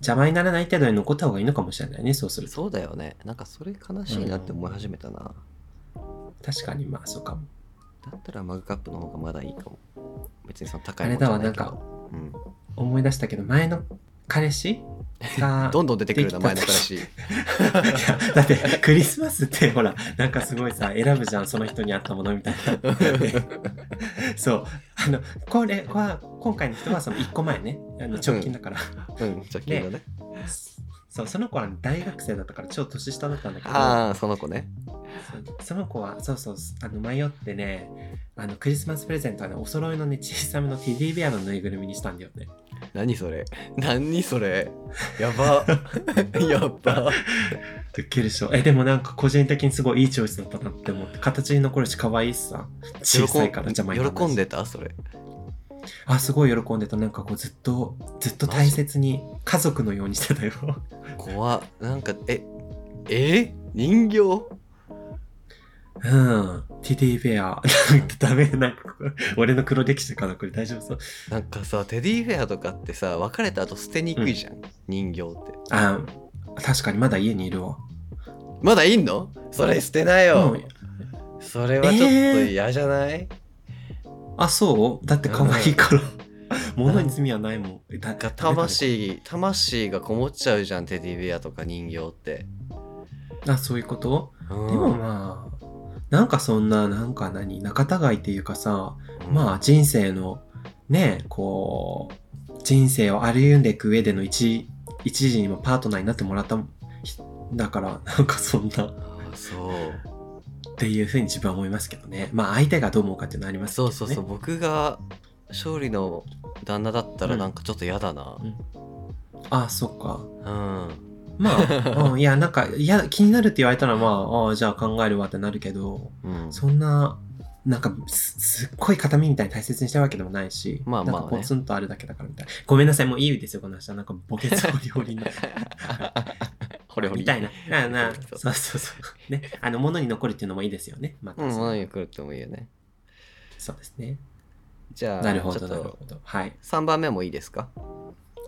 Speaker 1: 邪魔にならない程度に残った方がいいのかもしれないねそうすると
Speaker 2: そうだよねなんかそれ悲しいなって思い始めたな、
Speaker 1: 確かにまあそうかも
Speaker 2: だったらマグカップの方がまだいいかも別にその高
Speaker 1: あ
Speaker 2: い
Speaker 1: れ
Speaker 2: もんじ
Speaker 1: だ
Speaker 2: ゃ
Speaker 1: わ
Speaker 2: な
Speaker 1: ないん
Speaker 2: けど
Speaker 1: か
Speaker 2: うん、
Speaker 1: 思い出したけど前の彼氏が
Speaker 2: どんどん出てくる名前の
Speaker 1: でき
Speaker 2: 彼
Speaker 1: た
Speaker 2: 氏
Speaker 1: いやだってクリスマスってほらなんかすごいさ選ぶじゃんその人に合ったもの みたいなそうあのこれは今回の人はその1個前ねあの直近だから、
Speaker 2: うんじゃあ君のね
Speaker 1: そうその子は大学生だったから超年下だったんだけど
Speaker 2: ああその子ね
Speaker 1: そその子はそうそうあの迷ってねあのクリスマスプレゼントはねお揃いのね小さめのテディベアのぬいぐるみにしたんだよね
Speaker 2: 何それ何それや ばやば
Speaker 1: ウケるでしょえでもなんか個人的にすごいいいチョイスだったなって思って形に残るし可愛いしさ小さいから邪魔にならないし
Speaker 2: 喜んでたそれ
Speaker 1: あすごい喜んでたなんかこうずっとずっと大切に家族のようにしてた よ
Speaker 2: 怖っなんかええ人形
Speaker 1: うんテディベアなんかダメなんか俺の黒歴史かなこれ大丈夫そう
Speaker 2: なんかさテディフェアとかってさ別れた後捨てにくいじゃん、人形って
Speaker 1: あ確かにまだ家にいるわ
Speaker 2: まだいんのそれ捨てなよ、
Speaker 1: うん
Speaker 2: それはちょっと嫌じゃない、
Speaker 1: あそうだって可愛いから物に罪はないもんだ
Speaker 2: なんか魂魂がこもっちゃうじゃんテディベアとか人形って、
Speaker 1: あそういうこと
Speaker 2: うん
Speaker 1: でもまあなんかそんななんか何仲違いっていうかさ
Speaker 2: うん
Speaker 1: まあ人生のねこう人生を歩んでいく上での一一時にもパートナーになってもらった人だから なんかそんなっ
Speaker 2: あーそう
Speaker 1: ていうふうに自分は思いますけどねまあ相手がどう思うかっていうのはありますけ
Speaker 2: そ
Speaker 1: ど、
Speaker 2: う
Speaker 1: ね、
Speaker 2: そうそう、僕が勝利の旦那だったら
Speaker 1: うん
Speaker 2: なんかちょっと嫌だな
Speaker 1: あそっか
Speaker 2: うん、
Speaker 1: まあ、 うんいやなんかいや気になるって言われたらまああーじゃあ考えるわってなるけど
Speaker 2: うん
Speaker 1: そんななんかすすっごい形見みたいに大切にしてるわけでもないし
Speaker 2: まあまあね
Speaker 1: なんかポツンとあるだけだからみたいなごめんなさいもういいですよこの話はなんかボケそう料理の
Speaker 2: これ
Speaker 1: みたいな。なあなあ
Speaker 2: そう
Speaker 1: そうそうそう。ね。あの、物に残るっていうのもいいですよね。また
Speaker 2: うん、
Speaker 1: そう
Speaker 2: 物に来るってもいいよね。
Speaker 1: そうですね。
Speaker 2: じゃあ、
Speaker 1: なるほど、
Speaker 2: ち
Speaker 1: な
Speaker 2: ょ
Speaker 1: る
Speaker 2: っと
Speaker 1: ほど。はい。
Speaker 2: 3番目もいいですか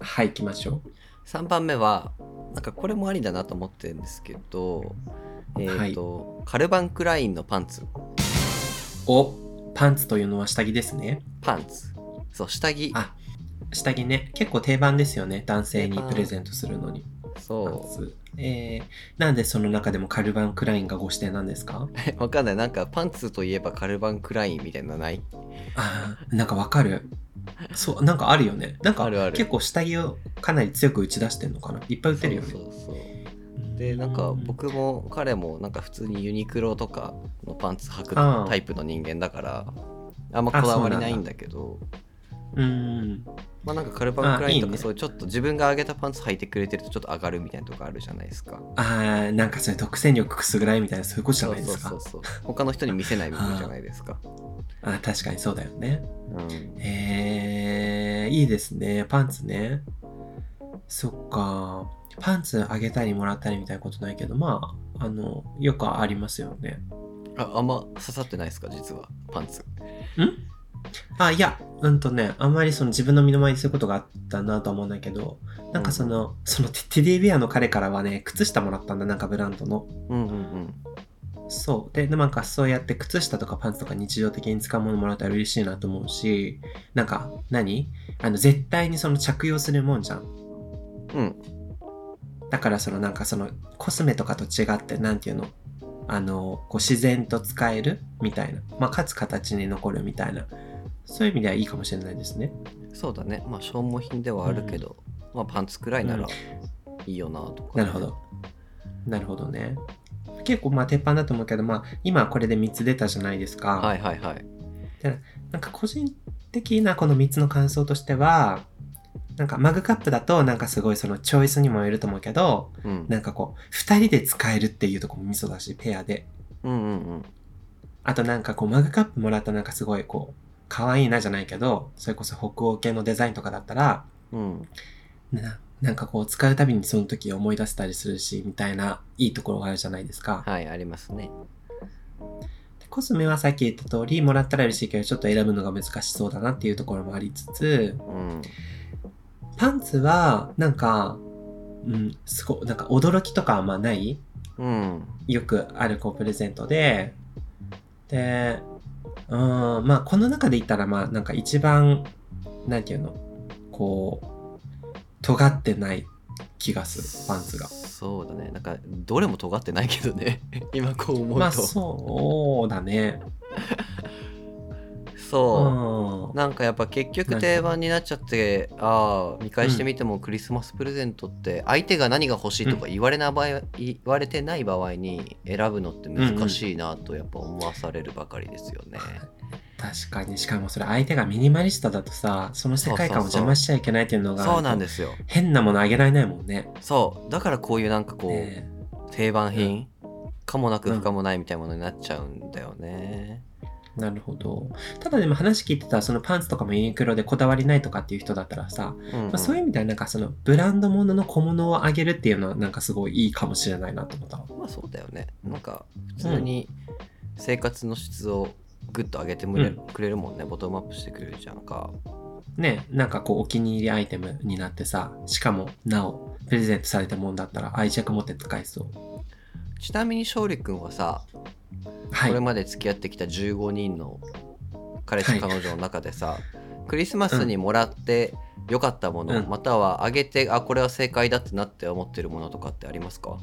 Speaker 1: はい、行きましょ
Speaker 2: ?3 番目は、なんかこれもありだなと思ってるんですけど、えっ、と、カルバンクラインのパンツ。
Speaker 1: う。おパンツというのは下着ですね。
Speaker 2: パンツ。そう、下着。
Speaker 1: あ下着ね。結構定番ですよね。男性にプレゼントするのに。パン
Speaker 2: そ
Speaker 1: ツ。えー、なんでその中でもカルバン・クラインがご指定なんです か
Speaker 2: う。わかんない。なんかパンツといえばカルバンクラインみたいなのない
Speaker 1: あーなんかわかる。そう、なんかあるよね。なんか
Speaker 2: あるある
Speaker 1: 結構下着をかなり強く打ち出してるのかな。いっぱい売ってるよね。
Speaker 2: そうそうそう。で、なんか僕も彼もなんか普通にユニクロとかのパンツ履く
Speaker 1: あー
Speaker 2: タイプの人間だから、あんまこだわりないんだけど、
Speaker 1: うん。
Speaker 2: まあなんかカルバンクラインと
Speaker 1: あいいね
Speaker 2: かそういうちょっと自分が上げたパンツ履いてくれてるとちょっと上がるみたいなとこあるじゃないですか。
Speaker 1: あーなんかそれ独占力くすぐらいみたいなそういうことじゃないですか
Speaker 2: そうそうそうそう。他の人に見せない部分じゃないですか。
Speaker 1: あー確かにそうだよね
Speaker 2: うん
Speaker 1: えー、いいですねパンツねそっかパンツあげたりもらったりみたいなことないけどまああのよくありますよね
Speaker 2: ああんま刺さってないですか実はパンツ
Speaker 1: あ、いや、うんとね、あんまりその自分の身の回りにそういうことがあったなとは思うんだけど、なんかその、そのテテディベアの彼からはね、靴下もらったんだ、なんかブランドの。
Speaker 2: うんうんうん
Speaker 1: そう。で、でなんかそうやって靴下とかパンツとか日常的に使うものもらったら嬉しいなと思うし、なんか何、あの、絶対にその着用するもんじゃん。
Speaker 2: うん
Speaker 1: だからそのなんかそのコスメとかと違ってなんていうのあのこう自然と使えるみたいな、まあ、かつ形に残るみたいなそういう意味ではいいかもしれないですね
Speaker 2: そうだねまあ消耗品ではあるけど、まあパンツくらいならいいよなとか、
Speaker 1: なるほどなるほどね結構まあ鉄板だと思うけど、まあ、今これで3つ出たじゃないですか、
Speaker 2: はいはいはい
Speaker 1: なんか個人的なこの3つの感想としてはなんかマグカップだとなんかすごいそのチョイスにもよると思うけど
Speaker 2: うん
Speaker 1: なんかこう、二人で使えるっていうとこもミソだし、ペアで。
Speaker 2: うんうんうん
Speaker 1: あとなんかこう、マグカップもらったなんかすごいこう、可愛いなじゃないけど、それこそ北欧系のデザインとかだったら、
Speaker 2: うん
Speaker 1: ななんかこう、使うたびにその時を思い出せたりするし、みたいな、いいところがあるじゃないですか。
Speaker 2: はいありますね
Speaker 1: でコスメはさっき言った通り、もらったら嬉しいけど、ちょっと選ぶのが難しそうだなっていうところもありつつ、
Speaker 2: うん
Speaker 1: パンツは、なんか、うん、すごい、なんか驚きとかはまあない
Speaker 2: うん
Speaker 1: よくあるこうプレゼントで、で、うん、まあこの中で言ったらまあなんか一番、なんていうの、こう、尖ってない気がする、パンツが。
Speaker 2: そうだねなんかどれも尖ってないけどね 今こう思うと、
Speaker 1: まあ
Speaker 2: そ
Speaker 1: そうだね。
Speaker 2: う
Speaker 1: うん。
Speaker 2: なんかやっぱ結局定番になっちゃってああ見返してみてもクリスマスプレゼントって相手が何が欲しいとか言われない場合、言われてない場合に選ぶのって難しいなとやっぱ思わされるばかりですよね。
Speaker 1: 確かに、しかもそれ相手がミニマリストだとさ、その世界観を邪魔しちゃいけないっていうのが、
Speaker 2: そうなんですよ。
Speaker 1: 変なものあげられないもんね。
Speaker 2: そうだからこういうなんかこう、
Speaker 1: ね
Speaker 2: 定番品、かもなく不可もないみたいなものになっちゃうんだよね。
Speaker 1: なるほど。ただでも話聞いてたら、そのパンツとかもユニクロでこだわりないとかっていう人だったらさ、
Speaker 2: うん
Speaker 1: まあ、そういうう意味ではなんかそのブランドものの小物をあげるっていうのはなんかすごいいいかもしれないなと思ったわ
Speaker 2: んまあそうだよね。なんか普通に生活の質をグッと上げてくれ,、
Speaker 1: うん
Speaker 2: くれるもんねボトムアップしてくれるじゃんか。
Speaker 1: ねなんかこうお気に入りアイテムになってさしかもなおプレゼントされたもんだったら愛着持って使えそう
Speaker 2: ちなみに勝利君はさ、
Speaker 1: は
Speaker 2: これ
Speaker 1: い
Speaker 2: まで付き合ってきた15人の彼氏彼女の中でさ、クリスマスにもらって良かったも
Speaker 1: う
Speaker 2: の、
Speaker 1: ん
Speaker 2: またはあげてあこれは正解だってなって思ってるものとかってありますか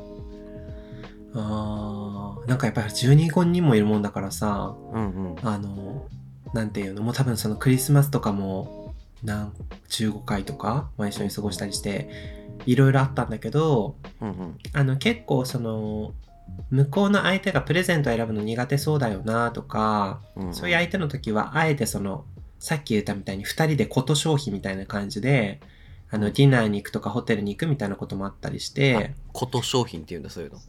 Speaker 1: あーなんかやっぱり12個人もいるもんだからさ
Speaker 2: うんうん
Speaker 1: あのなんていうのもう多分そのクリスマスとかもなん15回とか、まあ、一緒に過ごしたりしていろいろあったんだけど
Speaker 2: うんうん
Speaker 1: あの結構その向こうの相手がプレゼントを選ぶの苦手そうだよなとか、
Speaker 2: うんうん
Speaker 1: そういう相手の時はあえてそのさっき言ったみたいに2人でこと消費みたいな感じであのディナーに行くとかホテルに行くみたいなこともあったりして
Speaker 2: こと商品っていうんだそういうのへ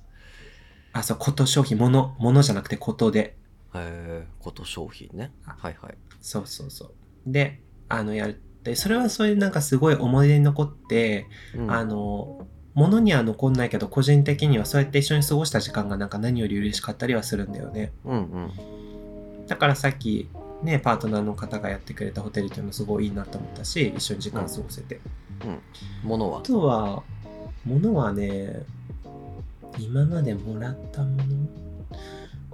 Speaker 1: あそうこと消費ものものじゃなくてことで
Speaker 2: えこと商品ね
Speaker 1: あ
Speaker 2: はいはい
Speaker 1: そうそうそうであのやるってそれはそういうなんかすごい思い出に残って、
Speaker 2: うん
Speaker 1: あの物には残んないけど個人的にはそうやって一緒に過ごした時間がなんか何より嬉しかったりはするんだよね。
Speaker 2: うんうん
Speaker 1: だからさっきねパートナーの方がやってくれたホテルっていうのすごいいいなと思ったし一緒に時間過ごせて、
Speaker 2: ものは
Speaker 1: あとは物はね今までもらったもの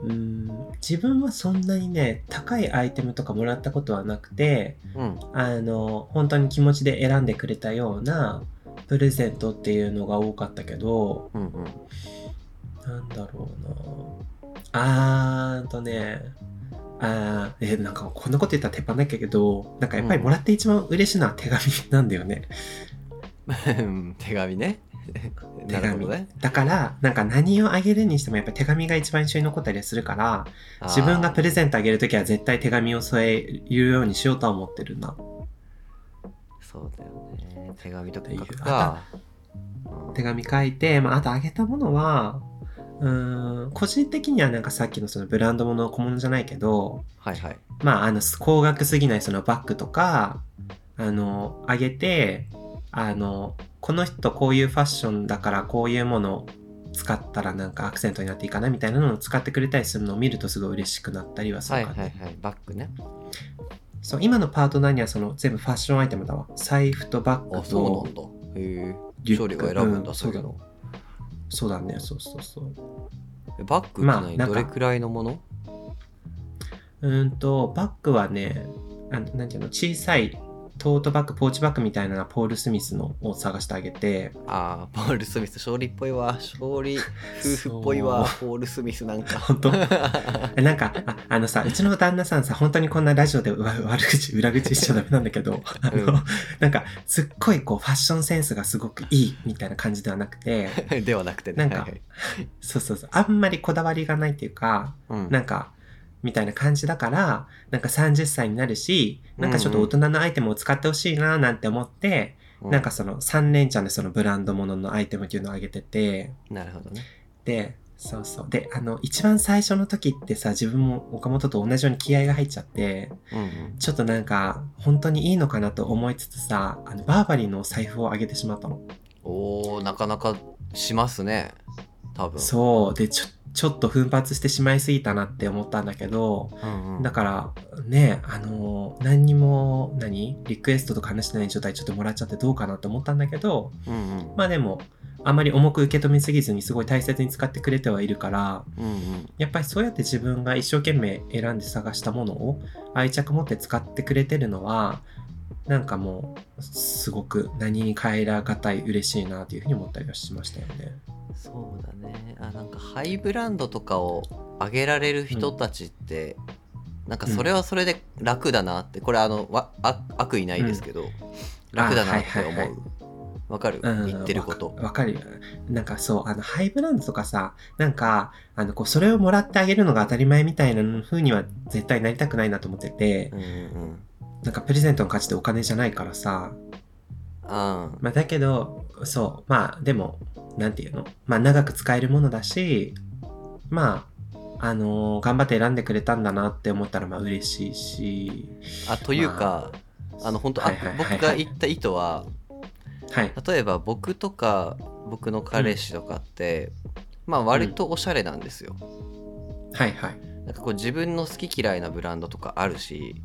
Speaker 1: うーん自分はそんなにね高いアイテムとかもらったことはなくて
Speaker 2: うん
Speaker 1: あの本当に気持ちで選んでくれたようなプレゼントっていうのが多かったけど
Speaker 2: うんうん
Speaker 1: なんだろうなあーんとねあーえなんかこんなこと言ったら鉄板だけどなんかやっぱりもらって一番嬉しいのは手紙なんだよね、
Speaker 2: うん 手紙ねな
Speaker 1: 手
Speaker 2: るほ
Speaker 1: 紙、
Speaker 2: どね
Speaker 1: だからなんか何をあげるにしてもやっぱ手紙が一番印象に残ったりするから自分がプレ
Speaker 2: ン
Speaker 1: ゼントあげるときは絶対手紙を添えるようにしようとは思ってるな
Speaker 2: そうだよね手紙とか書く
Speaker 1: あ
Speaker 2: かうん
Speaker 1: 手紙書いて、まあ、あとあげたものはうーん個人的にはなんかさっきのそのブランド物の小物じゃないけど
Speaker 2: はいはい
Speaker 1: まあ、あの、高額すぎないそのバッグとか、あの、あげて、あの、この人こういうファッションだからこういうもの使ったらなんかアクセントになっていいかなみたいなのを使ってくれたりするのを見るとすごい嬉しくなったりはす
Speaker 2: は
Speaker 1: る
Speaker 2: い
Speaker 1: か
Speaker 2: は
Speaker 1: ら
Speaker 2: い
Speaker 1: ね、
Speaker 2: はいバッグね
Speaker 1: そう今のパートナーにはその全部ファッションアイテムだわ財布とバッ
Speaker 2: あ
Speaker 1: グ
Speaker 2: そう
Speaker 1: と
Speaker 2: なんだへえ
Speaker 1: リュッ
Speaker 2: 勝
Speaker 1: ク
Speaker 2: 利が選ぶんだ、
Speaker 1: うん
Speaker 2: そういうの
Speaker 1: そうだねそうそうそう
Speaker 2: えバッグって
Speaker 1: まあ
Speaker 2: 何
Speaker 1: なん
Speaker 2: ど
Speaker 1: か
Speaker 2: れくらいのもの
Speaker 1: うーんとバッグはねあのなんていうの小さいトートバッグポーチバッグみたいなのはポール・スミスのを探してあげて
Speaker 2: ああポール・スミス勝利っぽいわ勝利夫婦っぽいわポール・スミスなんか
Speaker 1: 本当え なんかああのさうちの旦那さんさ本当にこんなラジオでわ悪口裏口しちゃダメなんだけどあの、
Speaker 2: うん
Speaker 1: なんかすっごいこうファッションセンスがすごくいいみたいな感じではなく て
Speaker 2: ではなくてね
Speaker 1: なんか
Speaker 2: はいはい
Speaker 1: そうそうそうあんまりこだわりがないっていうか
Speaker 2: うん
Speaker 1: なんかみたいな感じだからなんか30歳になるしなんかちょっと大人のアイテムを使ってほしいななんて思って、
Speaker 2: う
Speaker 1: なんかその3連チャンでそのブランドもののアイテムっていうのをあげてて
Speaker 2: なるほどね
Speaker 1: でそうそうであの一番最初の時ってさ自分も岡本と同じように気合が入っちゃって
Speaker 2: うんうん
Speaker 1: ちょっとなんか本当にいいのかなと思いつつさあのバーバリーのお財布をあげてしまったの、
Speaker 2: おーなかなかしますね多分
Speaker 1: そうでちょちょっと奮発してしまいすぎたなって思ったんだけど
Speaker 2: うんうん
Speaker 1: だからねあの何にも何リクエストとか話してない状態ちょっともらっちゃってどうかなと思ったんだけど
Speaker 2: うんうん
Speaker 1: まあでもあまり重く受け止めすぎずにすごい大切に使ってくれてはいるから
Speaker 2: うんうん
Speaker 1: やっぱりそうやって自分が一生懸命選んで探したものを愛着持って使ってくれてるのはなんかもうすごく何に変えらがたい嬉しいなというふうに思ったりはしましたよね。
Speaker 2: そうだねあなんかハイブランドとかを上げられる人たちって、なんかそれはそれで楽だなってこれあのわあ悪意ないですけど、楽だなって
Speaker 1: あはいはいはい
Speaker 2: 思うわかる
Speaker 1: うん
Speaker 2: 言ってること
Speaker 1: わかわかるよなんかそうあのハイブランドとかさなんかあのこうそれをもらってあげるのが当たり前みたいな風には絶対なりたくないなと思ってて
Speaker 2: うんうん
Speaker 1: なんかプレゼントの価値ってお金じゃないからさ
Speaker 2: あ
Speaker 1: まあ、だけどそうまあでもなんていうの、まあ、長く使えるものだしまああのー頑張って選んでくれたんだなって思ったらまあ嬉しいし
Speaker 2: あというか、あ、の本当、あ
Speaker 1: はいはいはい
Speaker 2: 僕
Speaker 1: はい
Speaker 2: が言った意図は
Speaker 1: はい
Speaker 2: 例えば僕とか僕の彼氏とかって、まあ割とおしゃれなんですよ、
Speaker 1: はいはい
Speaker 2: なんかこう自分の好き嫌いなブランドとかあるし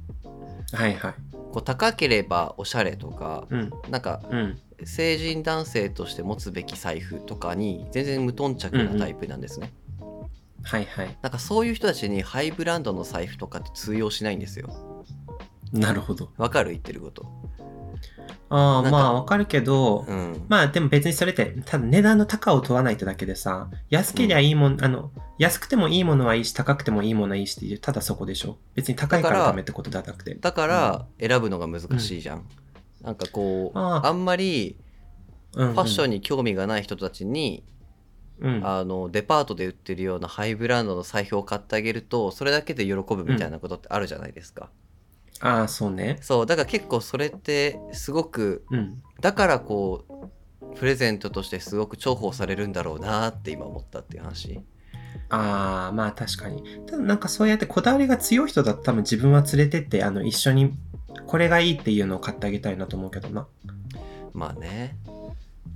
Speaker 1: はいはい
Speaker 2: こう高ければおしゃれとか
Speaker 1: うん
Speaker 2: なんか
Speaker 1: うん
Speaker 2: 成人男性として持つべき財布とかに全然無頓着なタイプなんですね、
Speaker 1: はいはい
Speaker 2: なんかそういう人たちにハイブランドの財布とかって通用しないんですよ
Speaker 1: なるほど
Speaker 2: わかる言ってること
Speaker 1: ああ
Speaker 2: なんか
Speaker 1: まあわかるけど、
Speaker 2: うん
Speaker 1: まあでも別にそれってただ値段の高を問わないってだけでさ安けりゃいいもん、あの安くてもいいものはいいし高くてもいいものはいいしっていうただそこでしょ別に高いか
Speaker 2: だからら
Speaker 1: ダメってことではなくて
Speaker 2: だから選ぶのが難しいじゃん、なんかこう
Speaker 1: あ
Speaker 2: あ
Speaker 1: ー
Speaker 2: んまり
Speaker 1: フ
Speaker 2: ファッションに興味がない人たちに、
Speaker 1: うん、うん、
Speaker 2: あのデパートで売ってるようなハイブランドの財布を買ってあげるとそれだけで喜ぶみたいなことってあるじゃないですか、
Speaker 1: ああそうね
Speaker 2: そうだから結構それってすごく
Speaker 1: うん
Speaker 2: だからこうプレゼントとしてすごく重宝されるんだろうなって今思ったっていう話
Speaker 1: ああまあ確かにただなんかそうやってこだわりが強い人だと多分自分は連れてってあの一緒にこれがいいっていうのを買ってあげたいなと思うけど な
Speaker 2: まあね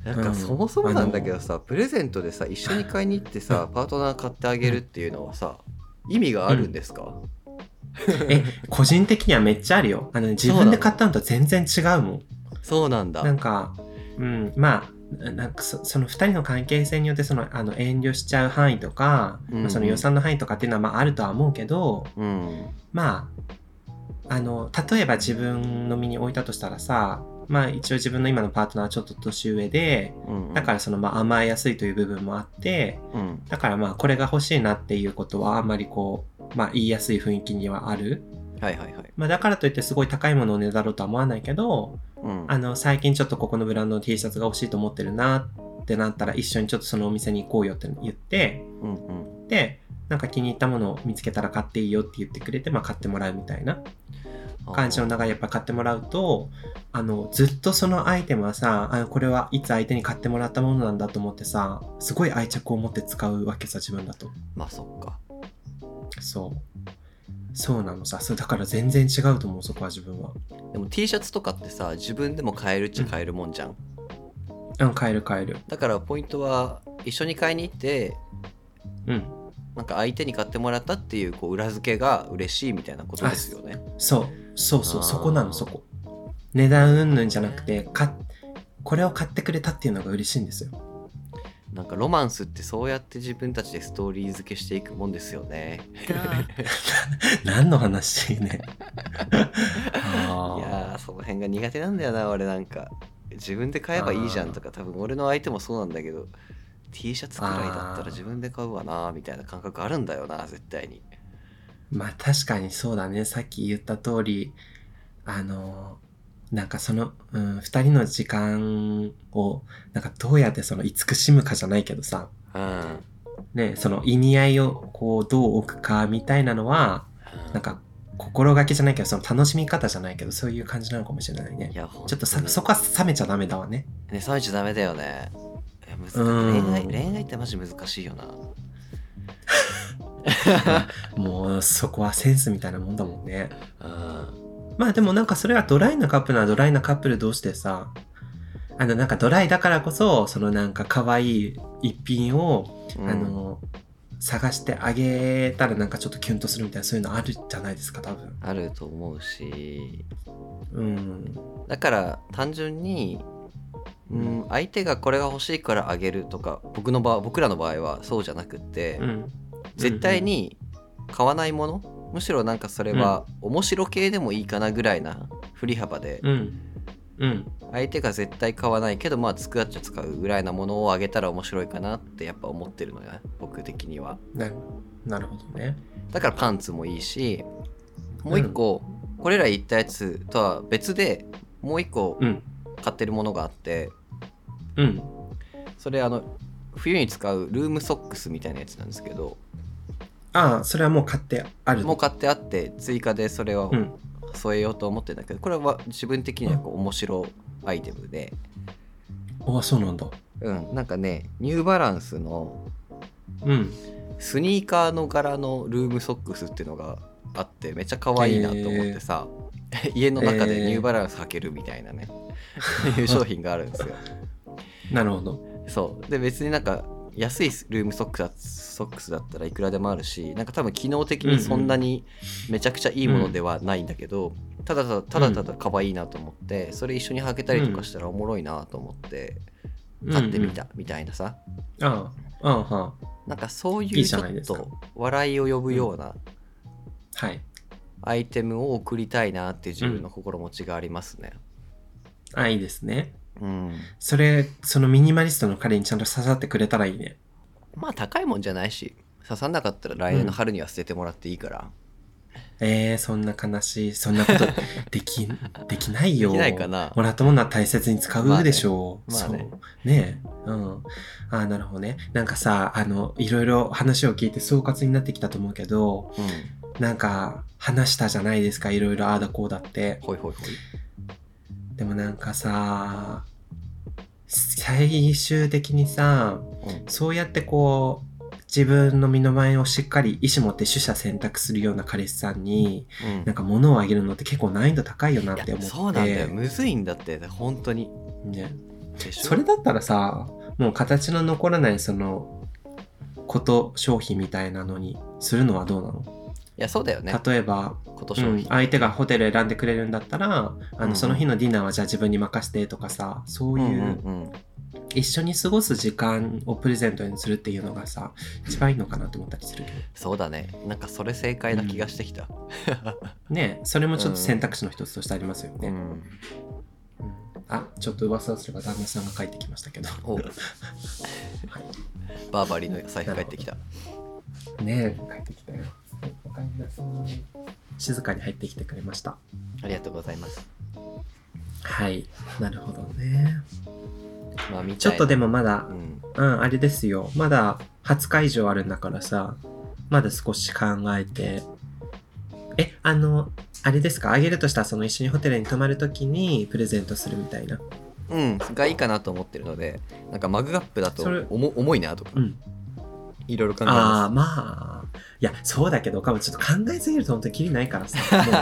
Speaker 2: なんかそもそもなんだけどさ、プレゼントでさ一緒に買いに行ってさパートナー買ってあげるっていうのはさ意味があるんですか、
Speaker 1: え個人的にはめっちゃあるよあの、ね、自分で買ったのと全然違うもん
Speaker 2: そうなんだ
Speaker 1: なんかうんまあなんかそその2人の関係性によってそのあの遠慮しちゃう範囲とか、
Speaker 2: うん
Speaker 1: まあその予算の範囲とかっていうのはまああるとは思うけど
Speaker 2: うん
Speaker 1: まあ、あの、例えば自分の身に置いたとしたらさ、まあ一応自分の今のパートナーはちょっと年上で、
Speaker 2: うん
Speaker 1: だからそのまあ甘えやすいという部分もあって、
Speaker 2: うん
Speaker 1: だからまあこれが欲しいなっていうことはあんまりこう、まあ言いやすい雰囲気にはある。
Speaker 2: はいはいはい、
Speaker 1: まあだからといってすごい高いものをねだろうとは思わないけど、
Speaker 2: うん、
Speaker 1: あの最近ちょっとここのブランドの T シャツが欲しいと思ってるなってなったら一緒にちょっとそのお店に行こうよって言って、
Speaker 2: うんうん
Speaker 1: で、なんか気に入ったものを見つけたら買っていいよって言ってくれて、まあ買ってもらうみたいな。感じの中でやっぱ買ってもらうとあのずっとそのアイテムはさあこれはいつ相手に買ってもらったものなんだと思ってさすごい愛着を持って使うわけさ自分だと
Speaker 2: まあそっか
Speaker 1: そうそうなのさそうだから全然違うと思うそこは自分は
Speaker 2: でも T シャツとかってさ自分でも買えるっちゃ買えるもんじゃん、
Speaker 1: うん買える買える
Speaker 2: だからポイントは一緒に買いに行って
Speaker 1: うん。
Speaker 2: なんか相手に買ってもらったっていうこう裏付けが嬉しいみたいなことですよね。
Speaker 1: そう。そうそう、
Speaker 2: あー
Speaker 1: そこなの、そこ。値段云々じゃなくて、か、これを買ってくれたっていうのが嬉しいんですよ。
Speaker 2: なんかロマンスってそうやって自分たちでストーリー付けしていくもんですよね。
Speaker 1: 何の話 ね。
Speaker 2: い
Speaker 1: あー
Speaker 2: やーその辺が苦手なんだよな俺なんか自分で買えばいいじゃんとか多分俺の相手もそうなんだけど T シャツくらいだったら自分で買うわなみたいな感覚あるんだよな絶対に。
Speaker 1: まあ確かにそうだね。さっき言った通り、あの、なんかその、うん、二人の時間を、なんかどうやってその慈しむかじゃないけどさ、
Speaker 2: うんうん
Speaker 1: ね、その意味合いをこうどう置くかみたいなのは、なんか心がけじゃないけど、その楽しみ方じゃないけど、そういう感じなのかもしれないね
Speaker 2: い。やほん
Speaker 1: ちょっと
Speaker 2: と
Speaker 1: さ
Speaker 2: に
Speaker 1: そこは冷めちゃダメだわね。
Speaker 2: ね冷めちゃダメだよね。いや難しい
Speaker 1: うん
Speaker 2: 恋愛恋愛ってマジ難しいよな。
Speaker 1: もうそこはセンスみたいなもんだもんね。
Speaker 2: うん
Speaker 1: まあでもなんかそれはドライなカップルならドライなカップル同士でさ、あのなんかドライだからこそ、そのなんか可愛い一品を、
Speaker 2: うん
Speaker 1: あの、探してあげたらなんかちょっとキュンとするみたいなそういうのあるじゃないですか、多分。
Speaker 2: あると思うし
Speaker 1: うん。
Speaker 2: だから単純に、うん、相手がこれが欲しいからあげるとか僕の場合僕らの場合はそうじゃなくって、
Speaker 1: うん。
Speaker 2: 絶対に買わないものむしろなんかそれは面白系でもいいかなぐらいな振り幅で
Speaker 1: うん。うん。
Speaker 2: 相手が絶対買わないけどまあ使っちゃ使うぐらいなものをあげたら面白いかなってやっぱ思ってるのよね僕的には
Speaker 1: なるなるほどね。
Speaker 2: だからパンツもいいしもう一個、これら言ったやつとは別でもう一個
Speaker 1: うん。
Speaker 2: 買ってるものがあって
Speaker 1: うん。
Speaker 2: それあの冬に使うルームソックスみたいなやつなんですけど
Speaker 1: ああ、それはもう買ってある。
Speaker 2: もう買ってあって追加でそれを
Speaker 1: うん。
Speaker 2: 添えようと思ってるんだけどこれは自分的にはこう面白アイテムで、
Speaker 1: ああ、そうなんだ。
Speaker 2: うん、なんかねニューバランスの
Speaker 1: うん。
Speaker 2: スニーカーの柄のルームソックスっていうのがあってめっちゃ可愛いなと思ってさ、家の中でニューバランス履けるみたいな ね、いう商品があるんですよ。
Speaker 1: なるほど。
Speaker 2: そうで別になんか安いルームソックスだソックスだったらいくらでもあるしなんか多分機能的にそんなにめちゃくちゃいいものではないんだけど、ただただただただ可愛いなと思って、それ一緒に履けたりとかしたらおもろいなと思って買ってみたみたいなさ、
Speaker 1: うんうん。ああ、ああ、はあ。
Speaker 2: なんかそうい
Speaker 1: いうい
Speaker 2: ち
Speaker 1: じ
Speaker 2: ょ
Speaker 1: ゃ
Speaker 2: っ
Speaker 1: ないですか
Speaker 2: と笑いを呼ぶような
Speaker 1: はい。
Speaker 2: アイテムを送りたいなっていう自分の心持ちがありますね。
Speaker 1: ああ、いいですね。
Speaker 2: うん
Speaker 1: それ、そのミニマリストの彼にちゃんと刺さってくれたらいいね。
Speaker 2: まあ高いもんじゃないし刺さんなかったら来年の春には捨ててもらっていいから、
Speaker 1: えー、そんな悲しい。そんな ことでき、できないよ。
Speaker 2: できないかな
Speaker 1: もらったものは大切に使うでしょう。
Speaker 2: まあねまあね
Speaker 1: そう。ねえ。うん。ああ、なるほどね。なんかさ、あの、いろいろ話を聞いて総括になってきたと思うけど、
Speaker 2: うん、
Speaker 1: なんか、話したじゃないですか。いろいろああだこうだって。
Speaker 2: ほいほいほい。
Speaker 1: でもなんかさ、最終的にさ、
Speaker 2: うん
Speaker 1: そうやってこう、自分の身の前をしっかり意思持って取捨選択するような彼氏さんに、
Speaker 2: うん
Speaker 1: なんか物をあげるのって結構難易度高いよなっ
Speaker 2: い
Speaker 1: て
Speaker 2: や
Speaker 1: 思って。
Speaker 2: そうなんだよむずいんだって本当に
Speaker 1: ね。
Speaker 2: でしょ
Speaker 1: それだったらさ、もう形の残らないその、こと、商品みたいなのにするのはどうなの、
Speaker 2: いやそうだよね
Speaker 1: 例えば、
Speaker 2: こと
Speaker 1: う
Speaker 2: 商
Speaker 1: ん、
Speaker 2: 品、
Speaker 1: 相手がホテル選んでくれるんだったら、あ
Speaker 2: うん
Speaker 1: の、その日のディナーはじゃあ自分に任せてとかさ、そう
Speaker 2: う
Speaker 1: い
Speaker 2: んうん
Speaker 1: う
Speaker 2: うん
Speaker 1: 一緒に過ごす時間をプレゼントにするっていうのがさ一番いいのかなと思ったりするけど
Speaker 2: そうだねなんかそれ正解な気がしてきた、
Speaker 1: ねそれもちょっと選択肢の一つとしてありますよ
Speaker 2: う
Speaker 1: ね、
Speaker 2: ん
Speaker 1: うんあちょっと噂をすれば旦那さんが帰ってきましたけど
Speaker 2: おバーバリーの財布帰ってきた
Speaker 1: ね帰ってきたよお帰りなさい静かに入ってきてくれました
Speaker 2: ありがとうございます
Speaker 1: はいなるほどね
Speaker 2: まあみ
Speaker 1: ちょっとで
Speaker 2: も
Speaker 1: もまだ
Speaker 2: うん
Speaker 1: うんあれですよまだ20日以上あるんだからさまだ少し考えてえあのあれですかあげるとしたらその一緒にホテルに泊まるときにプレゼントするみたいな
Speaker 2: うんがいいかなと思ってるのでなんかマグカップだと
Speaker 1: それ
Speaker 2: 重重いなとか
Speaker 1: うん
Speaker 2: いろいろ考え
Speaker 1: ああ
Speaker 2: ま
Speaker 1: ーまあいやそうだけどかもちょっと考えすぎると本当にきりないから さもう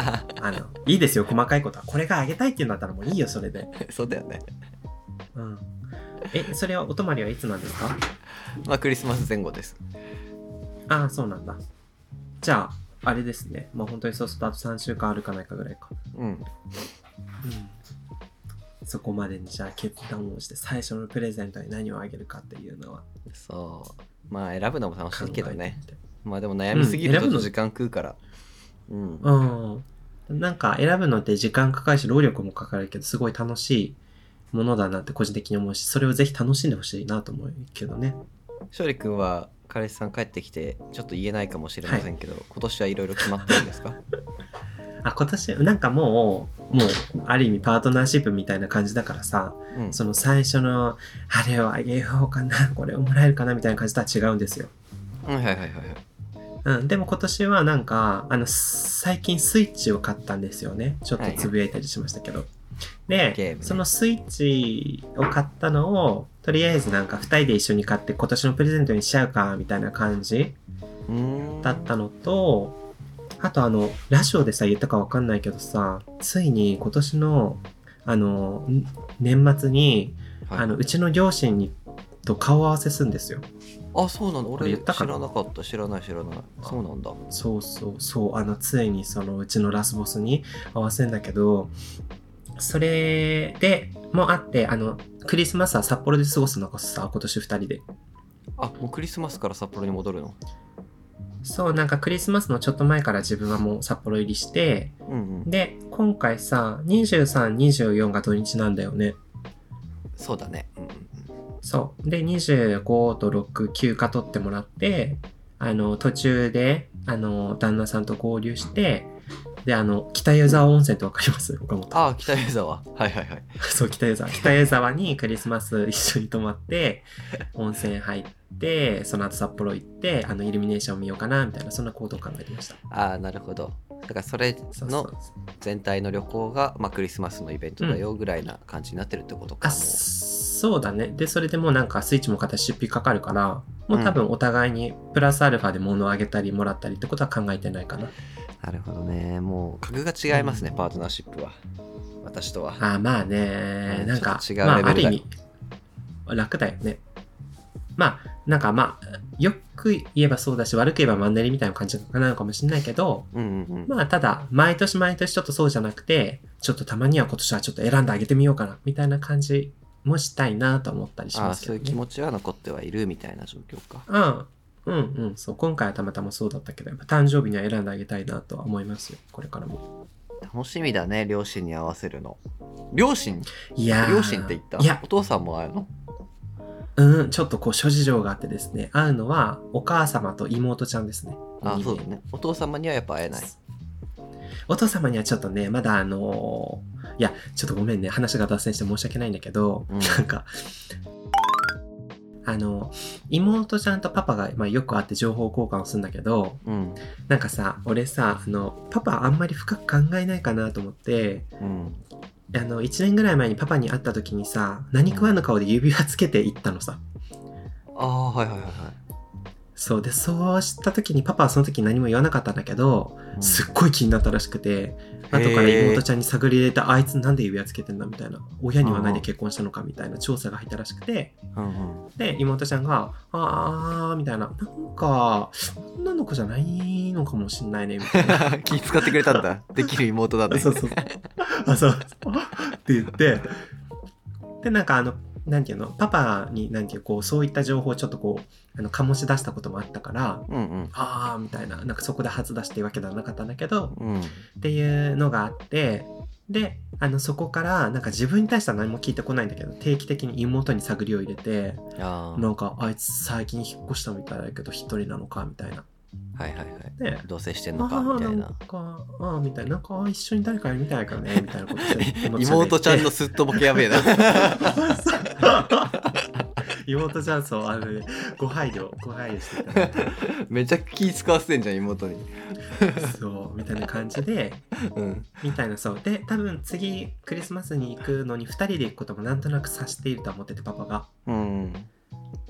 Speaker 1: あのいいですよ細かいことはこれがあげたいっていうんだったらもういいよそれで、
Speaker 2: すそうだよね
Speaker 1: うん、え、それはお泊まりはいつなんですか
Speaker 2: まあクリスマス前後です
Speaker 1: ああ、そうなんだ。じゃあ、あれですね。まあ本当にそうするとあと3週間あるかないかぐらいか。
Speaker 2: うん
Speaker 1: うん。そこまでにじゃあ決断をして最初のプレゼントに何をあげるかっていうのは
Speaker 2: そうまあ選ぶのも楽し
Speaker 1: 考え
Speaker 2: い
Speaker 1: て
Speaker 2: けどね
Speaker 1: みて
Speaker 2: まあでも悩みすぎる
Speaker 1: うん選ぶ
Speaker 2: と
Speaker 1: の
Speaker 2: 時間食うからうん、
Speaker 1: うん。なんか選ぶのって時間かかるし労力もかかるけどすごい楽しいものだなって個人的に思うしそれをぜひ楽しんでほしいなと思うけどね。
Speaker 2: 勝利君は彼氏さん帰ってきてちょっと言えないかもしれませんけど、今年はいろいろ決まってるんで すか
Speaker 1: あ今年なんかもうもうある意味パートナーシップみたいな感じだからさ
Speaker 2: うん
Speaker 1: その最初のあれをあげようかなこれをもらえるかなみたいな感じとは違うんですよ。
Speaker 2: うんはいはいはいはい
Speaker 1: うん、でも今年はなんかあの最近スイッチを買ったんですよねちょっとつぶやいたりしましたけど、
Speaker 2: ゲー
Speaker 1: で、
Speaker 2: ムね
Speaker 1: そのスイッチを買ったのをとりあえずなんか2人で一緒に買って今年のプレゼントにしちゃうかみたいな感じ
Speaker 2: うーん
Speaker 1: だったのとあとあのラジオでさ言ったかわかんないけどさついに今年のあのん年末に、
Speaker 2: はい
Speaker 1: あのうちの両親にと顔合わせするんですよ
Speaker 2: あそうなんだ
Speaker 1: これ
Speaker 2: 俺
Speaker 1: 言ったか
Speaker 2: 知
Speaker 1: な
Speaker 2: らなかった知らない知らないそうなんだ
Speaker 1: そうそうそうあのついにそのうちのラスボスに合わせんだけどそれでもあってあのクリスマスは札幌で過ごすのがさ今年2人で
Speaker 2: あもうクリスマスから札幌に戻るの
Speaker 1: そうなんかクリスマスのちょっと前から自分はもう札幌入りして
Speaker 2: うんうん
Speaker 1: で今回さ2324が土日なんだよね
Speaker 2: そうだねうんうん
Speaker 1: そうで25と6休暇取ってもらってあの途中であの旦那さんと合流してであの北湯沢温泉ってわかります岡本
Speaker 2: あ北湯沢 はいはいはい
Speaker 1: そう、北湯沢。北湯沢にクリスマス一緒に泊まって、温泉入って、その後札幌行って、あの、イルミネーション見ようかな、みたいな、そんな行動を考えてました。
Speaker 2: ああなるほどだからそれ
Speaker 1: そうそう
Speaker 2: の全体の旅行が、まあ、クリスマスのイベントだよぐらいな感じになってるってことか、
Speaker 1: あ、
Speaker 2: もう
Speaker 1: そうだね。で、それでもうなんかスイッチも買ったし出費かかるから、もう多分お互いにプラスアルファで物をあげたりもらったりってことは考えてないかな。
Speaker 2: なるほどねもう格が違いますね、パートナーシップは私とは
Speaker 1: あーまあ
Speaker 2: う
Speaker 1: ね
Speaker 2: ん
Speaker 1: なんか
Speaker 2: ちょっと違う
Speaker 1: まあ
Speaker 2: レ
Speaker 1: あ
Speaker 2: ベ
Speaker 1: る
Speaker 2: ル
Speaker 1: 意
Speaker 2: だ
Speaker 1: 味楽だよねまあなんかまあよく言えばそうだし悪く言えばマンネリみたいな感じなのかもしれないけど
Speaker 2: うんうんうん、
Speaker 1: まあただ毎年毎年ちょっとそうじゃなくてちょっとたまには今年はちょっと選んであげてみようかなみたいな感じもしたいなと思ったりし
Speaker 2: あ
Speaker 1: ま
Speaker 2: ー
Speaker 1: す
Speaker 2: そ
Speaker 1: け
Speaker 2: ういう気
Speaker 1: どね
Speaker 2: 持ちは残ってはいるみたいな状況か
Speaker 1: うんうんうんそう今回はたまたまそうだったけどやっぱ誕生日には選んであげたいなとは思いますよこれからも
Speaker 2: 楽しみだね両親に合わせるの両親
Speaker 1: いやー
Speaker 2: 両親って言った
Speaker 1: いや
Speaker 2: お父さんも会うの
Speaker 1: うん、ちょっとこう諸事情があってですね、会うのはお母様と妹ちゃんですね。
Speaker 2: あ
Speaker 1: 二名
Speaker 2: そうだねお父様にはやっぱ会えない
Speaker 1: お父様にはちょっとね、まだあのーいや、ちょっとごめんね、話が脱線して申し訳ないんだけど、
Speaker 2: うん
Speaker 1: なんか、あの、妹ちゃんとパパが、まあ、よく会って情報交換をするんだけど、
Speaker 2: うん
Speaker 1: なんかさ、俺さ、あの、パパあんまり深く考えないかなと思って、
Speaker 2: うん
Speaker 1: あの、1年ぐらい前にパパに会った時にさ、何食わぬ顔で指輪つけて行ったのさ。
Speaker 2: ああはいはいはいは
Speaker 1: そうでそうした時にパパはその時何も言わなかったんだけど、
Speaker 2: い、うん
Speaker 1: すっごい気になったらしくて後から妹ちゃんに探り入れてあいつなんで指輪つけてんだみたいな親にはないで結婚したのかみたいな調査が入ったらしくて
Speaker 2: うんうん
Speaker 1: で妹ちゃんが「あー」みたいな「なんか女の子じゃないのかもしんないね」みたい な
Speaker 2: 気使って くれたんだできる妹だね
Speaker 1: そうそうそう。あ、そう。って言って、で、なんかあの、なんていうの、パパに、なんていう、こう、そういった情報をちょっとこう、あの、醸し出したこともあったから、
Speaker 2: うんうん
Speaker 1: あーみたいな、なんかそこで初出しっていうわけではなかったんだけど、
Speaker 2: うん
Speaker 1: っていうのがあって、で、あの、そこから、なんか自分に対しては何も聞いてこないんだけど、定期的に妹に探りを入れて、
Speaker 2: あ
Speaker 1: なんか、あいつ最近引っ越したみたいだけど、一人なのか、みたいな。
Speaker 2: あはいはいはい
Speaker 1: で、
Speaker 2: 同棲してん
Speaker 1: あ
Speaker 2: のかみたい
Speaker 1: あ
Speaker 2: な
Speaker 1: ーんか、あーみたいな、なんか、あー一緒に誰かやるみたいかね、みたいな ことして。
Speaker 2: 妹ちゃんの
Speaker 1: そう
Speaker 2: すっとぼけやべえな
Speaker 1: 妹ちゃん、そう、あの、ね、ご配慮、ご配慮していただいて、
Speaker 2: めちゃ気使わせてんじゃん妹に
Speaker 1: そう、みたいな感じで、
Speaker 2: うん
Speaker 1: みたいなそうで多分次クリスマスに行くのに2人で行くこともなんとなく察しているとは思っててパパが
Speaker 2: うん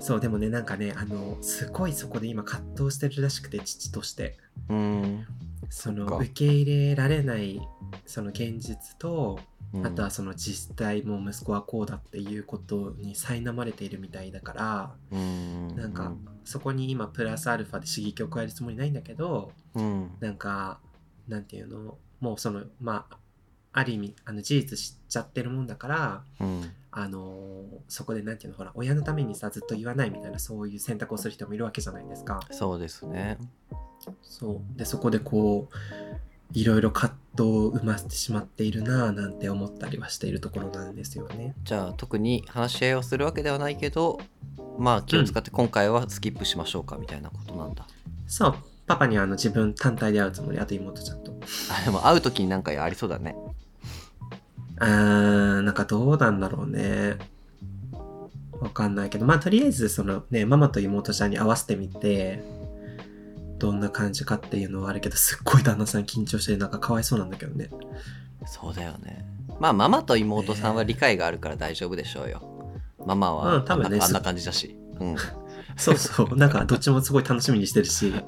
Speaker 1: そうでもねなんかねあのすごいそこで今葛藤してるらしくて父として
Speaker 2: うん
Speaker 1: そ
Speaker 2: そ
Speaker 1: の
Speaker 2: っか
Speaker 1: 受け入れられないその現実と
Speaker 2: うん
Speaker 1: あとはその自治体も息子はこうだっていうことに苛まれているみたいだから
Speaker 2: うん
Speaker 1: なんかそこに今プラスアルファで刺激を加えるつもりないんだけど
Speaker 2: うん
Speaker 1: なんかなんていうのもうそのまあある意味あの事実知っちゃってるもんだから
Speaker 2: うん
Speaker 1: あのーそこでなんていうのほら親のためにさずっと言わないみたいなそういう選択をする人もいるわけじゃないですか。
Speaker 2: そうですね
Speaker 1: そうでそこでこういろいろ葛藤を生ませてしまっているなぁなんて思ったりはしているところなんですよね。
Speaker 2: じゃあ特に話し合いをするわけではないけどまあ気を使って今回はスキップしましょうかみたいなことなんだ、
Speaker 1: そうパパにはあの自分単体で会うつもりあと妹ちゃんと。
Speaker 2: あでも会う時になんかありそうだね
Speaker 1: あーなんかどうなんだろうね。わかんないけどまあとりあえずそのねママと妹ちゃんに合わせてみてどんな感じかっていうのはあるけどすっごい旦那さん緊張してるなんかかわいそうなんだけどね。
Speaker 2: そうだよねまあママと妹さんは理解があるから大丈夫でしょうよママはあ
Speaker 1: うんん
Speaker 2: な,、
Speaker 1: 多分ね
Speaker 2: あんな感じだし、 うん、
Speaker 1: そうそう。 なんか、どっちもすごい楽しみにしてる し、ね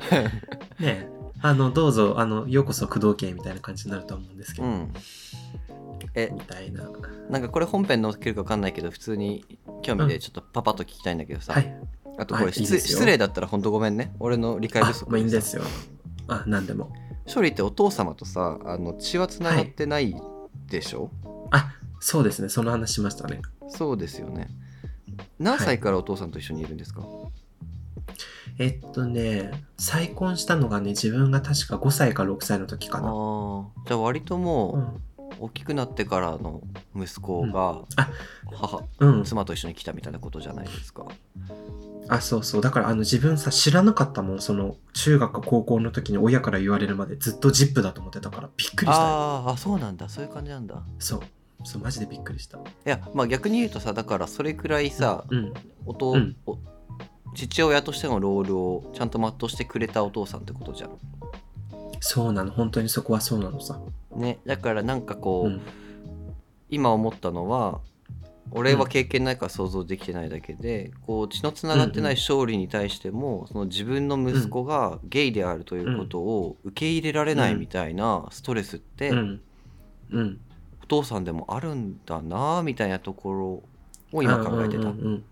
Speaker 1: えあの、どうぞ、あの、ようこそ工藤家みたいな感じになると思うんですけ
Speaker 2: う
Speaker 1: ど、
Speaker 2: ん、え
Speaker 1: みたいな。
Speaker 2: なんかこれ本編載っけるか分かんないけど普通に興味でちょっとパパと聞きたいんだけどさ、
Speaker 1: はい。
Speaker 2: あとこれ
Speaker 1: はい
Speaker 2: 失,、
Speaker 1: いいですよ
Speaker 2: 失礼だったらほんとごめんね俺の理解不
Speaker 1: あ、
Speaker 2: 足
Speaker 1: まあいいんですよ。あ、なんでも。
Speaker 2: 処理ってお父様とさあの血はつながってないでしょ、
Speaker 1: あ、そうですね。その話しましたね。
Speaker 2: そうですよね何歳からお父さんと一緒にいるんですか、
Speaker 1: えっとね、再婚したのがね、自分が確か5歳か6歳の時か
Speaker 2: あ
Speaker 1: な。
Speaker 2: あじゃあ割と
Speaker 1: う
Speaker 2: も
Speaker 1: ん。
Speaker 2: う大きくなってからの息子が
Speaker 1: あ
Speaker 2: 母、
Speaker 1: うん。
Speaker 2: 妻と一緒に来たみたいなことじゃないですか
Speaker 1: あ、そうそう。だから、あの、自分さ、知らなかったもん。その、中学、高校の時に親から言われるまでずっとジップだと思ってたから、びっくりしたよ。
Speaker 2: あーあそうなんだそういう感じなんだ
Speaker 1: そう。そう、マジでびっくりした。
Speaker 2: いやまあ逆に言うとさだからそれくらいさ、
Speaker 1: うん。
Speaker 2: おと
Speaker 1: うん
Speaker 2: お父親としてのロールをちゃんと全うしてくれたお父さんってことじゃん
Speaker 1: そうなの本当にそこはそうなのさ、
Speaker 2: ねだからなんかこう、
Speaker 1: うん、
Speaker 2: 今思ったのは俺は経験ないから想像できてないだけで、こう血のつながってない勝利に対しても、その自分の息子がゲイであるということを受け入れられないみたいなストレスって、
Speaker 1: うん、うん、
Speaker 2: お父さんでもあるんだなみたいなところを今考えて
Speaker 1: う
Speaker 2: た。
Speaker 1: んうんうんうん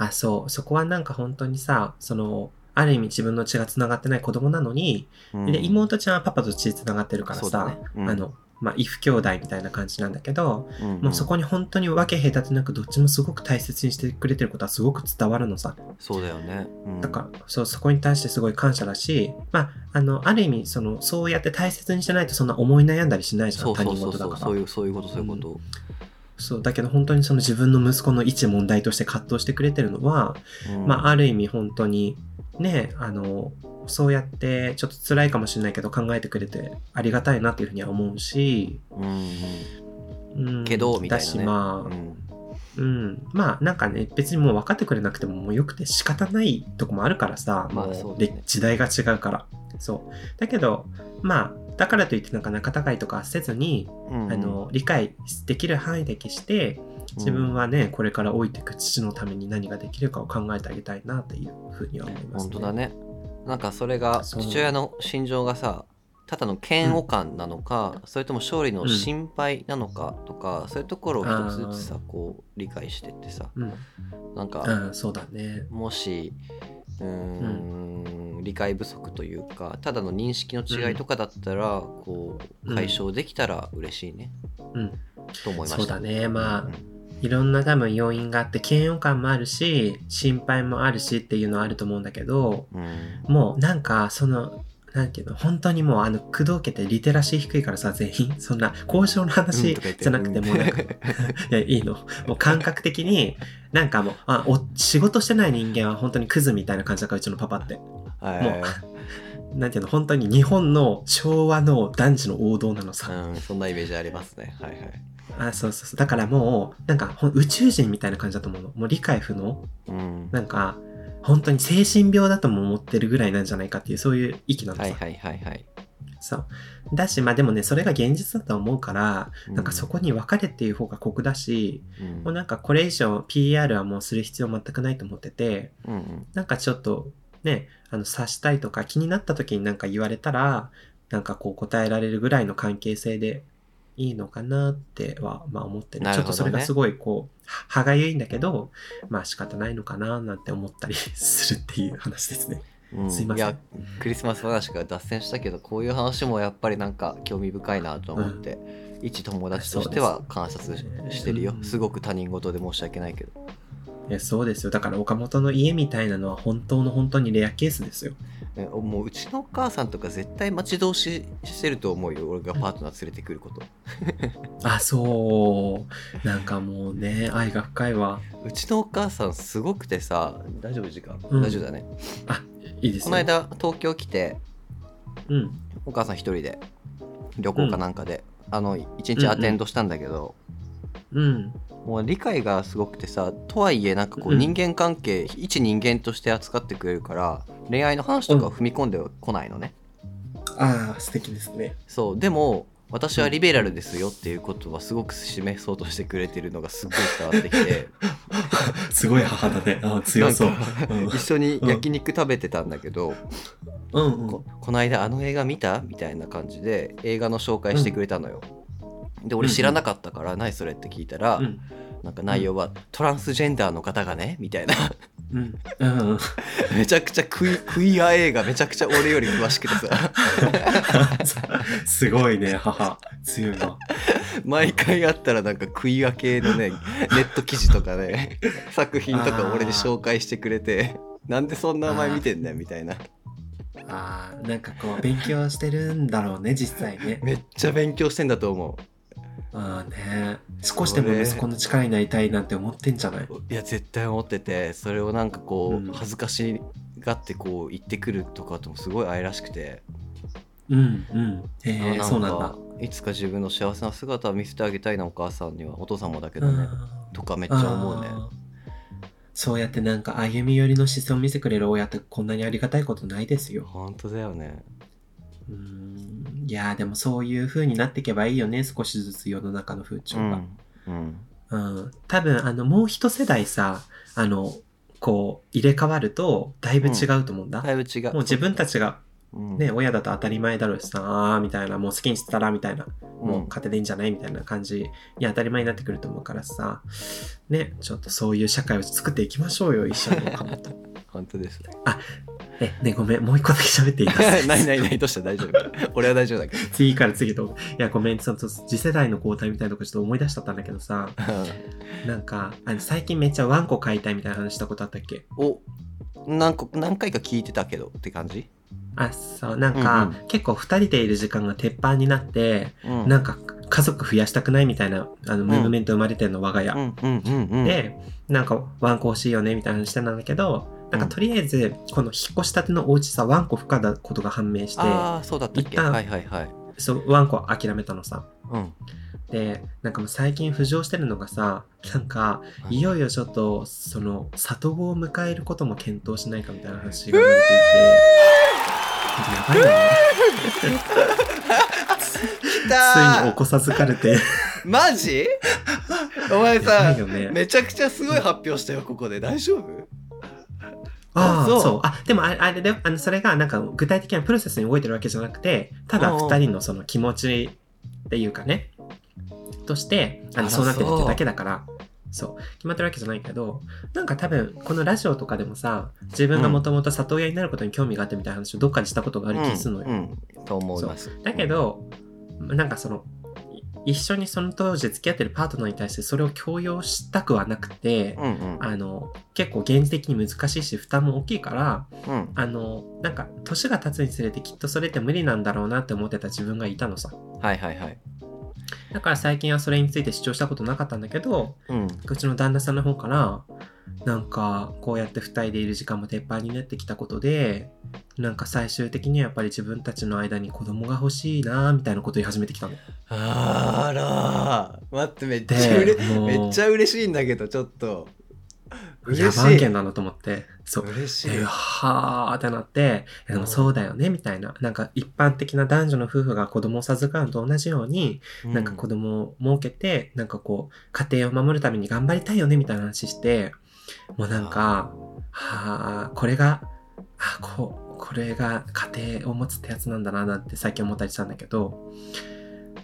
Speaker 1: あそうそこはなんか本当にさそのある意味自分の血がつながってない子供なのに、
Speaker 2: うん
Speaker 1: で妹ちゃんはパパと血つながってるから
Speaker 2: そうだ
Speaker 1: さ、
Speaker 2: ねうん
Speaker 1: あのまあ、異父兄弟みたいな感じなんだけど、
Speaker 2: うんうん
Speaker 1: もうそこに本当に分け隔てなくどっちもすごく大切にしてくれてることはすごく伝わるのさ
Speaker 2: そうだよね。うん
Speaker 1: だからそうそこに対してすごい感謝だし、まあ、あのある意味そのそうやって大切にしてないとそんな思い悩んだりしないじゃん
Speaker 2: そうそう
Speaker 1: 他人
Speaker 2: そう
Speaker 1: 事だ
Speaker 2: そ
Speaker 1: か
Speaker 2: う
Speaker 1: ら
Speaker 2: そういうそういうことそういうこと。
Speaker 1: そうだけど本当にその自分の息子の一問題として葛藤してくれてるのは、
Speaker 2: うん
Speaker 1: まあある意味本当にねあのそうやってちょっと辛いかもしれないけど考えてくれてありがたいなっていうふうには思うし、
Speaker 2: うんうん
Speaker 1: うん、
Speaker 2: けどみたいなね
Speaker 1: だしま
Speaker 2: う
Speaker 1: あ、
Speaker 2: ん
Speaker 1: うん、まあなんかね別にもう分かってくれなくてももうよくて仕方ないとこもあるからさ、
Speaker 2: まあ
Speaker 1: も
Speaker 2: そうだね
Speaker 1: で時代が違うからそうだけどまあだからといってなんか仲違いとかせずに、
Speaker 2: うん
Speaker 1: あの理解できる範囲だけして自分はね、これから老いていく父のために何ができるかを考えてあげたいなっていうふうには思います、
Speaker 2: 本当だ。ねなんかそれが
Speaker 1: そう
Speaker 2: 父親の心情がさただの嫌悪感なのか、それとも勝利の心配なのかとか、そういうところを一つずつさこう理解してってさ
Speaker 1: うん、
Speaker 2: なんか
Speaker 1: ああそうだね。
Speaker 2: もしうーん理解不足というかただの認識の違いとかだったら、こう解消できたら嬉しいね、
Speaker 1: うん、
Speaker 2: と思いました
Speaker 1: そうだね。まあ、
Speaker 2: うん
Speaker 1: いろんな多分要因があって、嫌悪感もあるし、心配もあるしっていうのはあると思うんだけど、
Speaker 2: うん
Speaker 1: もうなんかその、なんていうの本当にもうあの工藤家ってリテラシー低いからさ全員 そんな交渉の
Speaker 2: うん
Speaker 1: 話
Speaker 2: とか言って
Speaker 1: じゃなくてもうなんかいや、いいの。もう感覚的に、なんかもう、あお、仕事してない人間は本当にクズみたいな感じだから、うちのパパって。
Speaker 2: はい
Speaker 1: もう、なんていうの、本当に日本の昭和の男児の王道なのさ。
Speaker 2: うん、そんなイメージありますね。はいはい。
Speaker 1: あ、そうそうそう。だからもう、なんかほん宇宙人みたいな感じだと思うの。もう理解不能。
Speaker 2: うん、
Speaker 1: なんか、本当に精神病だとも思ってるぐらいなんじゃないかっていう、そういう域なのさ。
Speaker 2: はいはいはいはい。
Speaker 1: そう。だし、まあでもね、それが現実だとは思うから、なんかそ
Speaker 2: こ、
Speaker 1: こに別れっていう方が酷だし、
Speaker 2: うん
Speaker 1: もうなんかこれ以上 PR はもうする必要全くないと思ってて、
Speaker 2: うんうん
Speaker 1: なんかちょっとね、あの、察したいとか気になった時になんか言われたら、なんかこう答えられるぐらいの関係性でいいのかなっては、まあ、思ってね
Speaker 2: なる
Speaker 1: ちょ
Speaker 2: ほ
Speaker 1: っ
Speaker 2: ど
Speaker 1: と
Speaker 2: ね
Speaker 1: それがすごいこうは歯がゆいんだけどまあ仕方ないのかななんて思ったり するっていう話ですね。
Speaker 2: うん
Speaker 1: すいません
Speaker 2: やクリスマス話から脱線したけどこういう話もやっぱりなんか興味深いなと思って、一友達としては観察し
Speaker 1: そうです
Speaker 2: してるよ
Speaker 1: うん
Speaker 2: すごく他人事で申し訳ないけど
Speaker 1: いやそうですよだから岡本の家みたいなのは本当の本当にレアケースですよ。
Speaker 2: えもううちのお母さんとか絶対待ち遠ししてると思うよ俺がパートナー連れてくること、
Speaker 1: あそうなんかもうね愛が深いわ。
Speaker 2: うちのお母さんすごくてさ大丈夫時間、
Speaker 1: うん
Speaker 2: 大丈夫だね
Speaker 1: あいいです
Speaker 2: こ
Speaker 1: よ
Speaker 2: の間東京来て
Speaker 1: うん
Speaker 2: お母さん一人で旅行かなんかで、あの一日アテンドしたんだけど、
Speaker 1: うん
Speaker 2: もう理解がすごくてさとはいえなんかこう
Speaker 1: うん
Speaker 2: 人間関係、一人間として扱ってくれるから恋愛の話とかは踏み込んでこないのね、
Speaker 1: ああ素敵ですね。
Speaker 2: そうでも私はリベラルですよっていうことはすごく示そうとしてくれてるのがすごい伝わってきて
Speaker 1: すごい母だね。あ 強そう。
Speaker 2: なんか一緒に焼肉食べてたんだけど、
Speaker 1: うんうん。
Speaker 2: ここの間あの映画見たみたいな感じで映画の紹介してくれたのよ、で俺知らなかったから「何それ?」って聞いたら、
Speaker 1: うん
Speaker 2: なんか内容は「トランスジェンダーの方がね」みたいな
Speaker 1: うんうん うん、
Speaker 2: めちゃくちゃクイクイア映画めちゃくちゃ俺より詳しく てさ
Speaker 1: すごいね母強いわ
Speaker 2: 毎回あったらなんかクイア系のねネット記事とか ね作品とか俺に紹介してくれてなんでそんなお前見てんだよみたいな
Speaker 1: あーなんかこう勉強してるんだろうね実際ね
Speaker 2: めっちゃ勉強してんだと思
Speaker 1: ああね少しでも息子の力になりたいなんて思ってんじゃないう
Speaker 2: いや絶対思っててそれをなんかこ
Speaker 1: うん
Speaker 2: う恥ずかしがってこう言ってくるとかともすごい愛らしくて、
Speaker 1: うんうんへ
Speaker 2: あ
Speaker 1: え
Speaker 2: か
Speaker 1: そうなんだ
Speaker 2: いつか自分の幸せな姿を見せてあげたいなお母さんにはお父さんもだけどね、
Speaker 1: うん
Speaker 2: とかめっちゃ思うね
Speaker 1: あーそうやってなんか歩み寄りの視線を見せてくれる親ってこんなにありがたいことないですよ
Speaker 2: 本当だよね
Speaker 1: うんいやーでもそういう風になっていけばいいよね少しずつ世の中の風潮が、
Speaker 2: うんうん
Speaker 1: うん、多分あのもう一世代さあのこう入れ替わるとだいぶ違うと思うんだ、
Speaker 2: だいぶ違う。
Speaker 1: もう自分たちが
Speaker 2: うん、
Speaker 1: ね親だと当たり前だろうしさあーみたいなもう好きにしてたらみたいなもう
Speaker 2: う
Speaker 1: 勝手でいいんじゃないみたいな感じに当たり前になってくると思うからさねちょっとそういう社会を作っていきましょうよ一 緒に岡本
Speaker 2: ん、本当です。
Speaker 1: えねごめんもう一個だけ喋っていい
Speaker 2: ないないない、どうした大丈夫。 俺は大丈夫だけど。
Speaker 1: 次から次といやごめんちょっと次世代の交代みたいなとこちょっと思い出しちゃったんだけどさなんかあの最近めっちゃワンコ飼いたいみたいな話したことあったっけ
Speaker 2: お何個何回か聞いてたけどって感じ、
Speaker 1: あそうなんか、
Speaker 2: うん
Speaker 1: 結構2人でいる時間が鉄板になって、
Speaker 2: うん
Speaker 1: なんか家族増やしたくないみたいなあのムーブメント生まれてるの、我が家、
Speaker 2: うんうんうんうん。、
Speaker 1: でなんかワンコ欲しいよねみたいな話してたんだけどなんか
Speaker 2: うん
Speaker 1: とりあえずこの引っ越したてのお家さワンコ不可だことが判明して
Speaker 2: ああ、そうだったっけ
Speaker 1: 一旦
Speaker 2: はいはいはい。
Speaker 1: そうワンコ諦めたのさ
Speaker 2: うん、
Speaker 1: でなんかもう最近浮上してるのがさなんかいよいよちょっとその里子を迎えることも検討しないかみたいな話が出ていて、 やばいよね
Speaker 2: 来
Speaker 1: ついに
Speaker 2: た
Speaker 1: 起こさずかれ て
Speaker 2: ーマ ジお前
Speaker 1: やば
Speaker 2: さ
Speaker 1: い、よね。
Speaker 2: めちゃくちゃすごい発表したよ、ここで。大丈夫
Speaker 1: ああ
Speaker 2: そう
Speaker 1: そうあでもあれあれであのそれがなんか具体的なプロセスに動いてるわけじゃなくてただ
Speaker 2: うんうん
Speaker 1: 2人のその気持ちっていうかねとしてあの
Speaker 2: あら
Speaker 1: そうなってるっ
Speaker 2: そ
Speaker 1: て
Speaker 2: う
Speaker 1: だけだからそう決まってるわけじゃないけどなんか多分このラジオとかでもさ自分がもともと里親になることに興味があってみたいな話をどっかでしたことがある気がするのよ。
Speaker 2: うんうんと思います。
Speaker 1: だけど、なんかそのい一緒にその当時付き合ってるパートナーに対してそれを強要したくはなくて、
Speaker 2: うんうん
Speaker 1: あの結構現実的に難しいし負担も大きいから
Speaker 2: うん
Speaker 1: あのなんか年が経つにつれてきっとそれって無理なんだろうなって思ってた自分がいたのさ
Speaker 2: はいはいはい。
Speaker 1: だから最近はそれについて主張したことなかったんだけど
Speaker 2: うん
Speaker 1: うちの旦那さんの方からなんかこうやって2人でいる時間も鉄板になってきたことでなんか最終的にはやっぱり自分たちの間に子供が欲しいなみたいなこと言い始めてきたの。
Speaker 2: あらー待ってめっちゃうれ
Speaker 1: でもう
Speaker 2: めっちゃ嬉しいんだけどちょっと
Speaker 1: 野
Speaker 2: 嬉し
Speaker 1: 蛮
Speaker 2: い
Speaker 1: 犬だなと思ってそう
Speaker 2: 嬉しい
Speaker 1: で、はーってなって、いやでもそうだよね、みたいな。なんか一般的な男女の夫婦が子供を授かるのと同じように、なんか子供を設けて、なんかこう、家庭を守るために頑張りたいよね、みたいな話して、もうなんか、はあ、これが、あ、こう、これが家庭を持つってやつなんだな、なんて最近思ったりしたんだけど、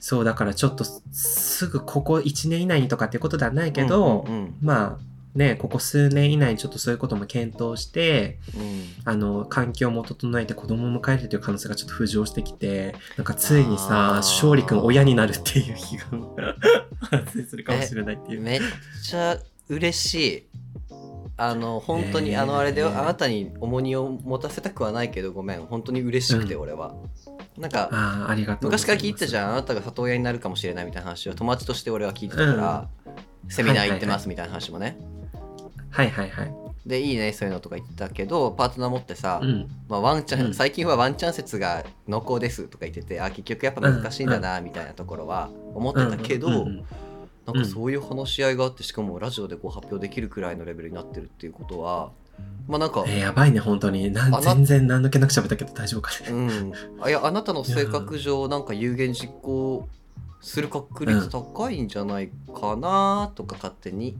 Speaker 1: そうだからちょっとすぐここ1年以内にとかっていうことではないけど、
Speaker 2: うんうん
Speaker 1: まあねここ数年以内にちょっとそういうことも検討して
Speaker 2: うんうん
Speaker 1: あの環境も整えて子供を迎えるという可能性がちょっと浮上してきてなんかついに
Speaker 2: あ
Speaker 1: さ
Speaker 2: ー
Speaker 1: 勝利君親になるっていう日が発生するかもしれないっていう。
Speaker 2: めっちゃ嬉しいあの本当に、
Speaker 1: ねえ
Speaker 2: あのあれであなたに重荷を持たせたくはないけどごめん本当に嬉しくて、
Speaker 1: う
Speaker 2: 俺はなんか
Speaker 1: あーありがとうございま
Speaker 2: 昔
Speaker 1: す
Speaker 2: から聞いてたじゃんあなたが里親になるかもしれないみたいな話を友達として俺は聞いてたから、セミナー行ってますみたいな話もね、
Speaker 1: はいはいはい。
Speaker 2: でいいねそういうのとか言ってたけどパートナー持ってさ、
Speaker 1: うん。
Speaker 2: まあ、ワンチャン、
Speaker 1: うん
Speaker 2: 最近はワンチャン説が濃厚ですとか言っててあ結局やっぱ難しいんだなみたいなところは思ってたけど、
Speaker 1: うんうん
Speaker 2: なんかそういう話し合いがあってしかもラジオでこう発表できるくらいのレベルになってるっていうことはまあなんか
Speaker 1: えー、やばいね本当にな
Speaker 2: あな
Speaker 1: 全然何の気なく喋ったけど大丈夫かね
Speaker 2: うんあいやあなたの性格上なんか有言実行する確率高いんじゃないかなとか勝手に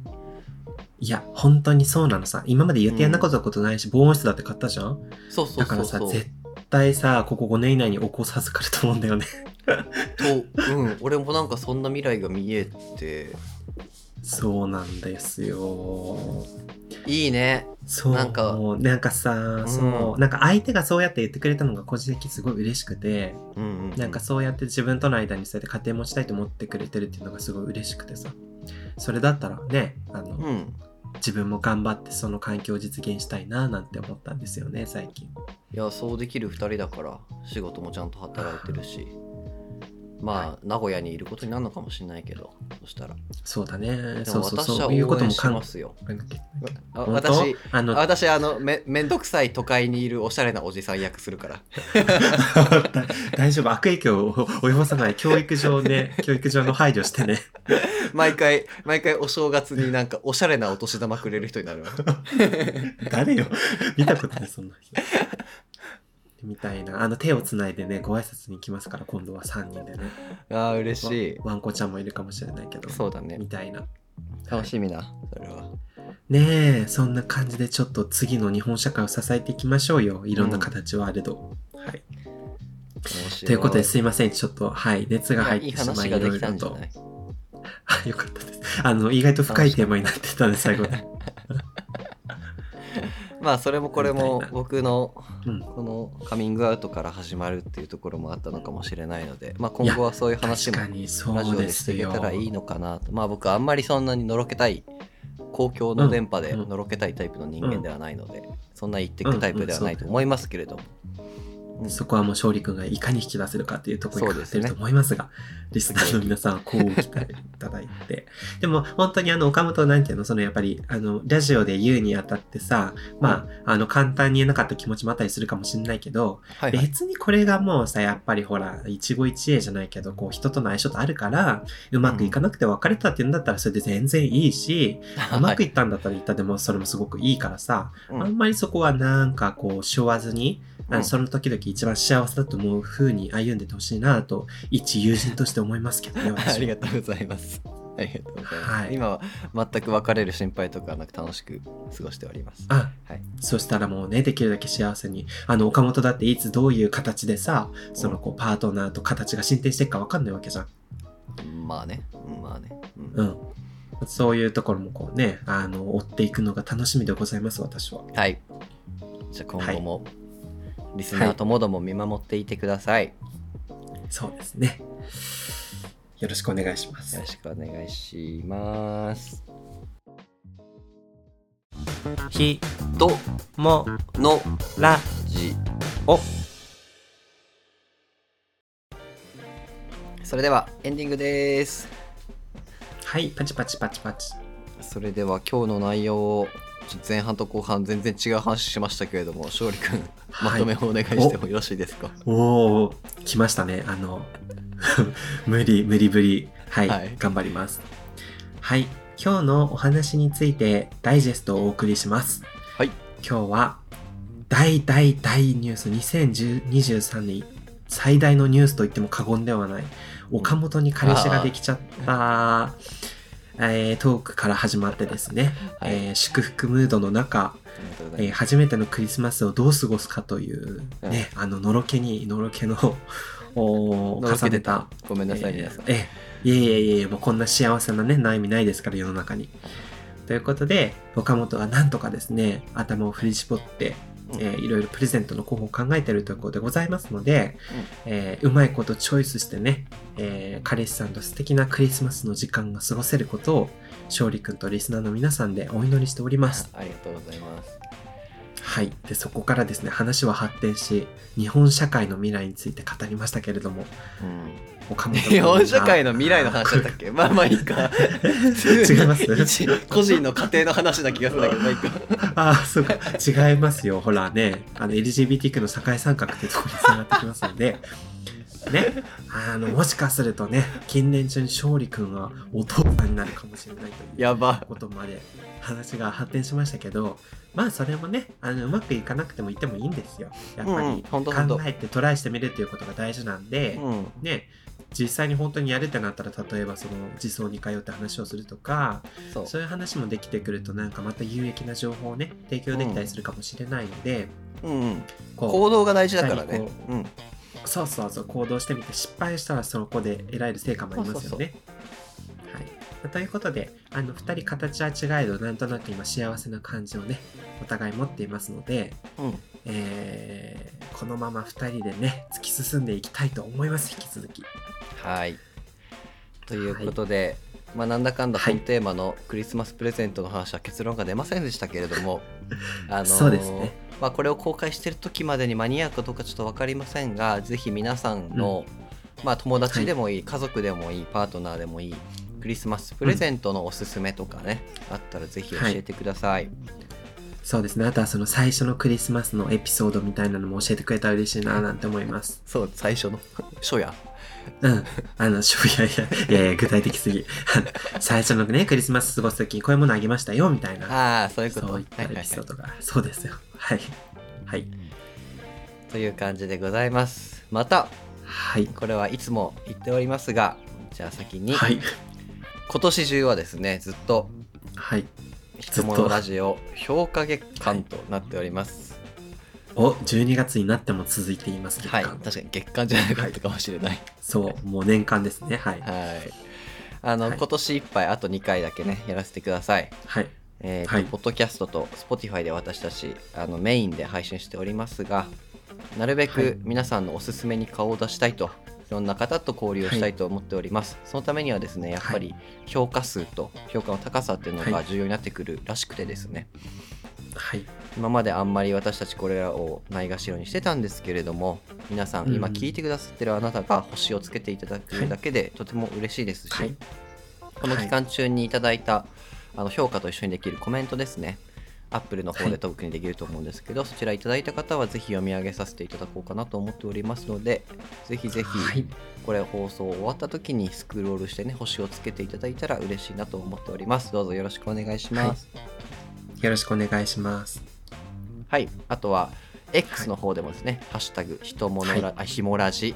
Speaker 1: いや本当にそうなのさ今まで言ってやんなことことないし、防音室だって買ったじゃん
Speaker 2: そうそう
Speaker 1: だか
Speaker 2: そ
Speaker 1: ら
Speaker 2: う
Speaker 1: さ
Speaker 2: そう
Speaker 1: 絶対さここ5年以内に起こさずかると思うんだよね
Speaker 2: と、うん、俺もなんかそんな未来が見えて
Speaker 1: そうなんですよ
Speaker 2: いいね
Speaker 1: そう
Speaker 2: なんか
Speaker 1: なんかさ、
Speaker 2: ん
Speaker 1: そうなんか相手がそうやって言ってくれたのが個人的にすごい嬉しくて
Speaker 2: うんうんう
Speaker 1: なんかそうやって自分との間にそうやって家庭持ちたいと思ってくれてるっていうのがすごい嬉しくてさそれだったらねあの、
Speaker 2: うん
Speaker 1: 自分も頑張ってその環境を実現したいななんて思ったんですよね最近
Speaker 2: いやそうできる2人だから仕事もちゃんと働いてるしまあ、名古屋にいることになるのかもしれないけどそしたら
Speaker 1: そうだね
Speaker 2: で
Speaker 1: そ
Speaker 2: も
Speaker 1: うそう
Speaker 2: 私
Speaker 1: そ
Speaker 2: は
Speaker 1: ういうこ
Speaker 2: 応
Speaker 1: と
Speaker 2: 援
Speaker 1: も
Speaker 2: し
Speaker 1: 考
Speaker 2: ますよ。
Speaker 1: えなきゃいけない
Speaker 2: あ
Speaker 1: 本当
Speaker 2: 私
Speaker 1: あ
Speaker 2: あ
Speaker 1: の
Speaker 2: 私あのめめんどくさい都会にいるおしゃれなおじさん役する から。
Speaker 1: 大丈夫悪影響を及ぼさない教育上ね教育上の配慮してね
Speaker 2: 毎回毎回お正月になんかおしゃれなお年玉くれる人になるわ。
Speaker 1: 誰よ見たことないそんな人みたいなあの手をつないでねご挨拶に行きますから今度は3人でね
Speaker 2: ああ嬉しい。
Speaker 1: わんこちゃんもいるかもしれないけど
Speaker 2: そうだね。
Speaker 1: みたいな
Speaker 2: 楽しみなそれは。
Speaker 1: ねえそんな感じでちょっと次の日本社会を支えていきましょうよいろんな形はあれど、はい
Speaker 2: 面白
Speaker 1: ということですいませんちょっとはい熱が入って
Speaker 2: い
Speaker 1: い
Speaker 2: やいい
Speaker 1: しまい
Speaker 2: 話
Speaker 1: い
Speaker 2: がで
Speaker 1: ろい
Speaker 2: きた
Speaker 1: ろ
Speaker 2: んじゃ
Speaker 1: と
Speaker 2: ない。
Speaker 1: あよかったですあの意外と深いテーマになってたんで最後で
Speaker 2: まあそれもこれ
Speaker 1: み
Speaker 2: も
Speaker 1: たいな
Speaker 2: 僕の
Speaker 1: うん
Speaker 2: このカミングアウトから始まるっていうところもあったのかもしれないので、まあ、今後はそういう話
Speaker 1: 確
Speaker 2: も
Speaker 1: かにそ
Speaker 2: ラジオ
Speaker 1: う
Speaker 2: で
Speaker 1: で
Speaker 2: して
Speaker 1: す
Speaker 2: いけ
Speaker 1: よ
Speaker 2: たらいいのかなと。まあ僕あんまりそんなにのろけたい、公共の電波で
Speaker 1: うんうん
Speaker 2: のろけたいタイプの人間ではないので、そんな言ってくタイプではないと思いますけれども。
Speaker 1: そこはもう勝利君がいかに引き出せるかっていうところに
Speaker 2: そう
Speaker 1: かか
Speaker 2: で
Speaker 1: っ
Speaker 2: す
Speaker 1: て
Speaker 2: ね
Speaker 1: ると思いますがリスナーの皆さんはこうご期待いただいてでも本当にあの岡本なんていうのそのやっぱりあのラジオで言うにあたってさまああの簡単に言えなかった気持ちもあったりするかもしれないけど
Speaker 2: はいはい、
Speaker 1: 別にこれがもうさやっぱりほら一期一会じゃないけどこう人との相性とあるからうまくいかなくて別れたっていうんだったらそれで全然いいしうまくいったんだったらいったでもそれもすごくいいからさ
Speaker 2: うん
Speaker 1: あんまりそこはなんかこうしょわずにあの
Speaker 2: うん
Speaker 1: その時々一番幸せだと思う風に歩んでってほしいなと一友人として思いますけど ね私は
Speaker 2: ありがとうございます。ありがとうございます。
Speaker 1: はい
Speaker 2: 今は全く別れる心配とかはなく楽しく過ごしております。
Speaker 1: あ
Speaker 2: はい
Speaker 1: そしたらもうねできるだけ幸せにあの岡本だっていつどういう形でさそのこうパートナーと形が進展していくか分かんないわけじゃん、
Speaker 2: まあね、まあね。うん
Speaker 1: うん、そういうところもこうねあの追っていくのが楽しみでございます私は
Speaker 2: はい。じゃあ今後もリスナーともども見守っていてください
Speaker 1: そうですねよろしくお願いします
Speaker 2: よろしくお願いします。
Speaker 1: ひ
Speaker 2: と
Speaker 1: も
Speaker 2: の
Speaker 1: ら
Speaker 2: じ
Speaker 1: お
Speaker 2: それではエンディングです
Speaker 1: はいパチパチパチパチ
Speaker 2: それでは今日の内容をちょっと前半と後半全然違う話しましたけれども勝利君
Speaker 1: はい
Speaker 2: まとめをお願いしてもよろしいですか、
Speaker 1: おお来ましたねあの 無理無理ぶりはい、
Speaker 2: はい
Speaker 1: 頑張りますはい今日のお話についてダイジェストをお送りします
Speaker 2: はい
Speaker 1: 今日は大大大ニュース2023年最大のニュースと言っても過言ではない岡本に彼氏ができちゃった、えートークから始まってですね、
Speaker 2: はい
Speaker 1: えー祝福ムードの中
Speaker 2: ありがとうござい
Speaker 1: えー
Speaker 2: ま
Speaker 1: 初めてのクリスマスをどう過ごすかというね、あののろけにのろけのおー
Speaker 2: のろけ
Speaker 1: 重
Speaker 2: て
Speaker 1: ね
Speaker 2: た
Speaker 1: た。
Speaker 2: ごめんなさい、
Speaker 1: えー
Speaker 2: 皆さん。
Speaker 1: ええいえいえいえ、もうこんな幸せなね、悩みないですから、世の中に。ということで、岡本がなんとかですね、頭を振り絞って、
Speaker 2: うん
Speaker 1: えーいろいろプレゼントの候補を考えているということでございますので、うえーうまいことチョイスしてね、えー彼氏さんと素敵なクリスマスの時間が過ごせることを、勝利くんとリスナーの皆さんでお祈りしております。
Speaker 2: ありがとうございます。
Speaker 1: はい。で、そこからですね、話は発展し、日本社会の未来について語りましたけれども、岡本
Speaker 2: 日本社会の未来の話だったっけまあまあいいか。違
Speaker 1: 違います
Speaker 2: 個人の家庭の話な気がするんだけど、 まあいいか。
Speaker 1: ああ、そうか。違いますよ。ほらね、あの、LGBTQ の社会参画ってところに繋がってきますので、ね、あの、もしかするとね、近年中に勝利くんはお父さんになるかもしれないという
Speaker 2: やば。
Speaker 1: ことまで話が発展しましたけど、まあ、それもね、あの、うまくいかなくてもいてもいいんですよ。やっぱ
Speaker 2: うんうん
Speaker 1: り、
Speaker 2: ほんとほんと
Speaker 1: 考えてトライしてみるということが大事なんで、
Speaker 2: うん。
Speaker 1: ね、実際に本当にやるってなったら例えばその自走に通って話をするとか
Speaker 2: そう。
Speaker 1: そういう話もできてくるとなんかまた有益な情報をね提供できたりするかもしれないので、
Speaker 2: うんうん。
Speaker 1: こ
Speaker 2: 行動が大事だから
Speaker 1: 実際
Speaker 2: ね
Speaker 1: にこ。
Speaker 2: うん。
Speaker 1: うそうそうそう行動してみて失敗したらそこで得られる成果もありますよね。はい、ということであの2人形は違えどなんとなく今幸せな感じをねお互い持っていますので、
Speaker 2: うん。
Speaker 1: えーこのまま2人でね突き進んでいきたいと思います引き続き。
Speaker 2: はい。ということで、まあ、なんだかんだ
Speaker 1: はい
Speaker 2: 本テーマのクリスマスプレゼントの話は結論が出ませんでしたけれども、あのー
Speaker 1: そうですね
Speaker 2: まあ、これを公開してる時までに間に合うかどうかちょっと分かりませんがぜひ皆さんの、まあ、友達でもいい、家族でもいいパートナーでもいいクリスマスプレゼントのおすすめとかね、あったらぜひ教えてください、
Speaker 1: そうですね。あとはその最初のクリスマスのエピソードみたいなのも教えてくれたら嬉しい ななんて思います。
Speaker 2: そう最初の初 夜
Speaker 1: うん。あの、しょいやいや、いやいや、具体的すぎ。 最初のね、クリスマス過ごすとき、こういうものあげましたよ、みたいな。
Speaker 2: ああそういうこと
Speaker 1: そういっ
Speaker 2: は
Speaker 1: たエ
Speaker 2: いはいは
Speaker 1: ピ
Speaker 2: い
Speaker 1: ソードが。そうですよ。はい。はい。
Speaker 2: という感じでございますまた
Speaker 1: はい。
Speaker 2: これはいつも言っておりますがじゃあ先に、
Speaker 1: はい。
Speaker 2: 今年中はですねずっと
Speaker 1: はい。
Speaker 2: 「質問ラジオ」評価月間となっております
Speaker 1: お、12月になっても続いています、月
Speaker 2: は
Speaker 1: 間
Speaker 2: い、確かに月間じゃなかったかもしれない
Speaker 1: そう、もう年間ですね。はい。
Speaker 2: はいあの、
Speaker 1: はい
Speaker 2: 今年いっぱいあと2回だけねやらせてください
Speaker 1: はい。
Speaker 2: えーと
Speaker 1: はい
Speaker 2: ポッドキャストと Spotify で私たちあのメインで配信しておりますがなるべ
Speaker 1: は
Speaker 2: く
Speaker 1: い
Speaker 2: 皆さんのおすすめに顔を出したいと、いろんな方と交流をしたいと思っております、そのためにはですねやっぱり評価数と評価の高さっていうの
Speaker 1: は
Speaker 2: が
Speaker 1: い
Speaker 2: 重要になってくるらしくてですね、
Speaker 1: はい。
Speaker 2: 今まであんまり私たちこれらをないがしろにしてたんですけれども皆さん今
Speaker 1: うん
Speaker 2: 聞いてくださってるあなたが星をつけていただくだけでとても嬉しいですし、
Speaker 1: はい。
Speaker 2: この期間中にいただいたあの評価と一緒にできるコメントですねアップルの方
Speaker 1: は
Speaker 2: で
Speaker 1: い
Speaker 2: 特にできると思うんですけど、そちらいただいた方はぜひ読み上げさせていただこうかなと思っておりますのでぜひぜ
Speaker 1: は
Speaker 2: ひ
Speaker 1: い。
Speaker 2: これ放送終わった時にスクロールしてね星をつけていただいたら嬉しいなと思っておりますどうぞよろしくお願いします、
Speaker 1: よろしくお願いします。
Speaker 2: はい、あとは X の方でもですね、ハッシュタグひともの
Speaker 1: は
Speaker 2: ら、あひもラジ、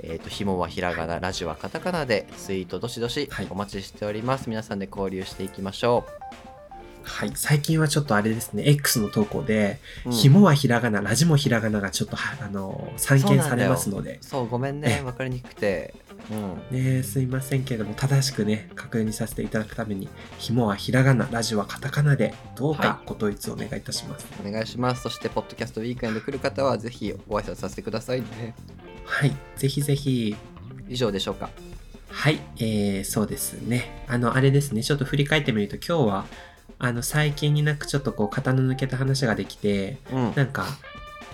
Speaker 2: えっ、とひもはひらがな、ラジはカタカナでツイートどしどし
Speaker 1: はい
Speaker 2: お待ちしております。皆さんで交流していきましょ
Speaker 1: はい。最近はちょっとあれですね、X の投稿で、
Speaker 2: う。うん
Speaker 1: 紐はひらがな、ラジもひらがながちょっとはあの散見されますので、
Speaker 2: そうごめんね、わかりにくくて。うん。
Speaker 1: ねえ、すいませんけれども、正しくね、確認させていただくために、紐はひらがな、ラジはカタカナで、どう
Speaker 2: は
Speaker 1: かご統一お願いいたします。
Speaker 2: お願いします。そして、ポッドキャストウィークエンド来る方は、ぜひご挨拶させてくださいね。
Speaker 1: はい、ぜひぜひ。
Speaker 2: 以上でしょうか。
Speaker 1: はい、えー、そうですね。あの、あれですね、ちょっと振り返ってみると、今日は、あの、最近になくちょっとこう、型の抜けた話ができて、
Speaker 2: うん。
Speaker 1: なんか、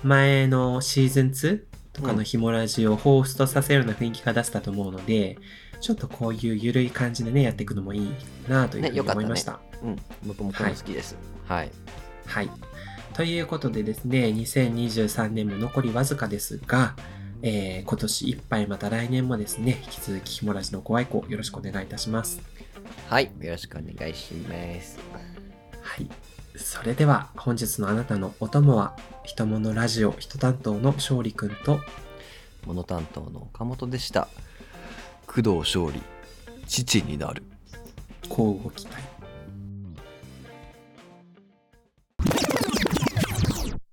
Speaker 1: 前のシーズン 2? とかのひもラジをホーストさせるような雰囲気が出せたと思うので、ちょっとこういうゆるい感じでね、やっていくのもいいなというふう
Speaker 2: ね
Speaker 1: に
Speaker 2: よかった
Speaker 1: 思
Speaker 2: ね
Speaker 1: いました。
Speaker 2: うん。僕もこの好きです。はい。
Speaker 1: はい。ということでですね、2023年も残りわずかですが、えー今年いっぱいまた来年もですね、引き続きひもらじのご愛顧よろしくお願いいたします。
Speaker 2: はい。よろしくお願いします。
Speaker 1: はい。それでは本日のあなたのお供は、ひとものラジオ人担当の勝利くんと、
Speaker 2: モノ担当の岡本でした工藤勝利父になる
Speaker 1: こうご期待。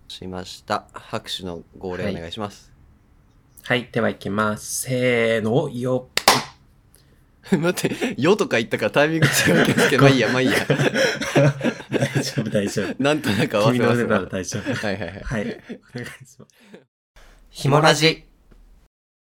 Speaker 2: しました拍手の号令お願いします、
Speaker 1: はい、では行きます。せーの、よっ。
Speaker 2: 待って、よとか言ったからタイミング違うけど、 まあいいや、まあいいや。
Speaker 1: 大丈夫、大丈 夫。
Speaker 2: なんとなく合わ
Speaker 1: 君
Speaker 2: せ
Speaker 1: の
Speaker 2: ま
Speaker 1: 腕
Speaker 2: すわ
Speaker 1: なら大丈夫。
Speaker 2: はいはいはい。
Speaker 1: はい、お願いします。
Speaker 2: ひもラ
Speaker 1: ジ。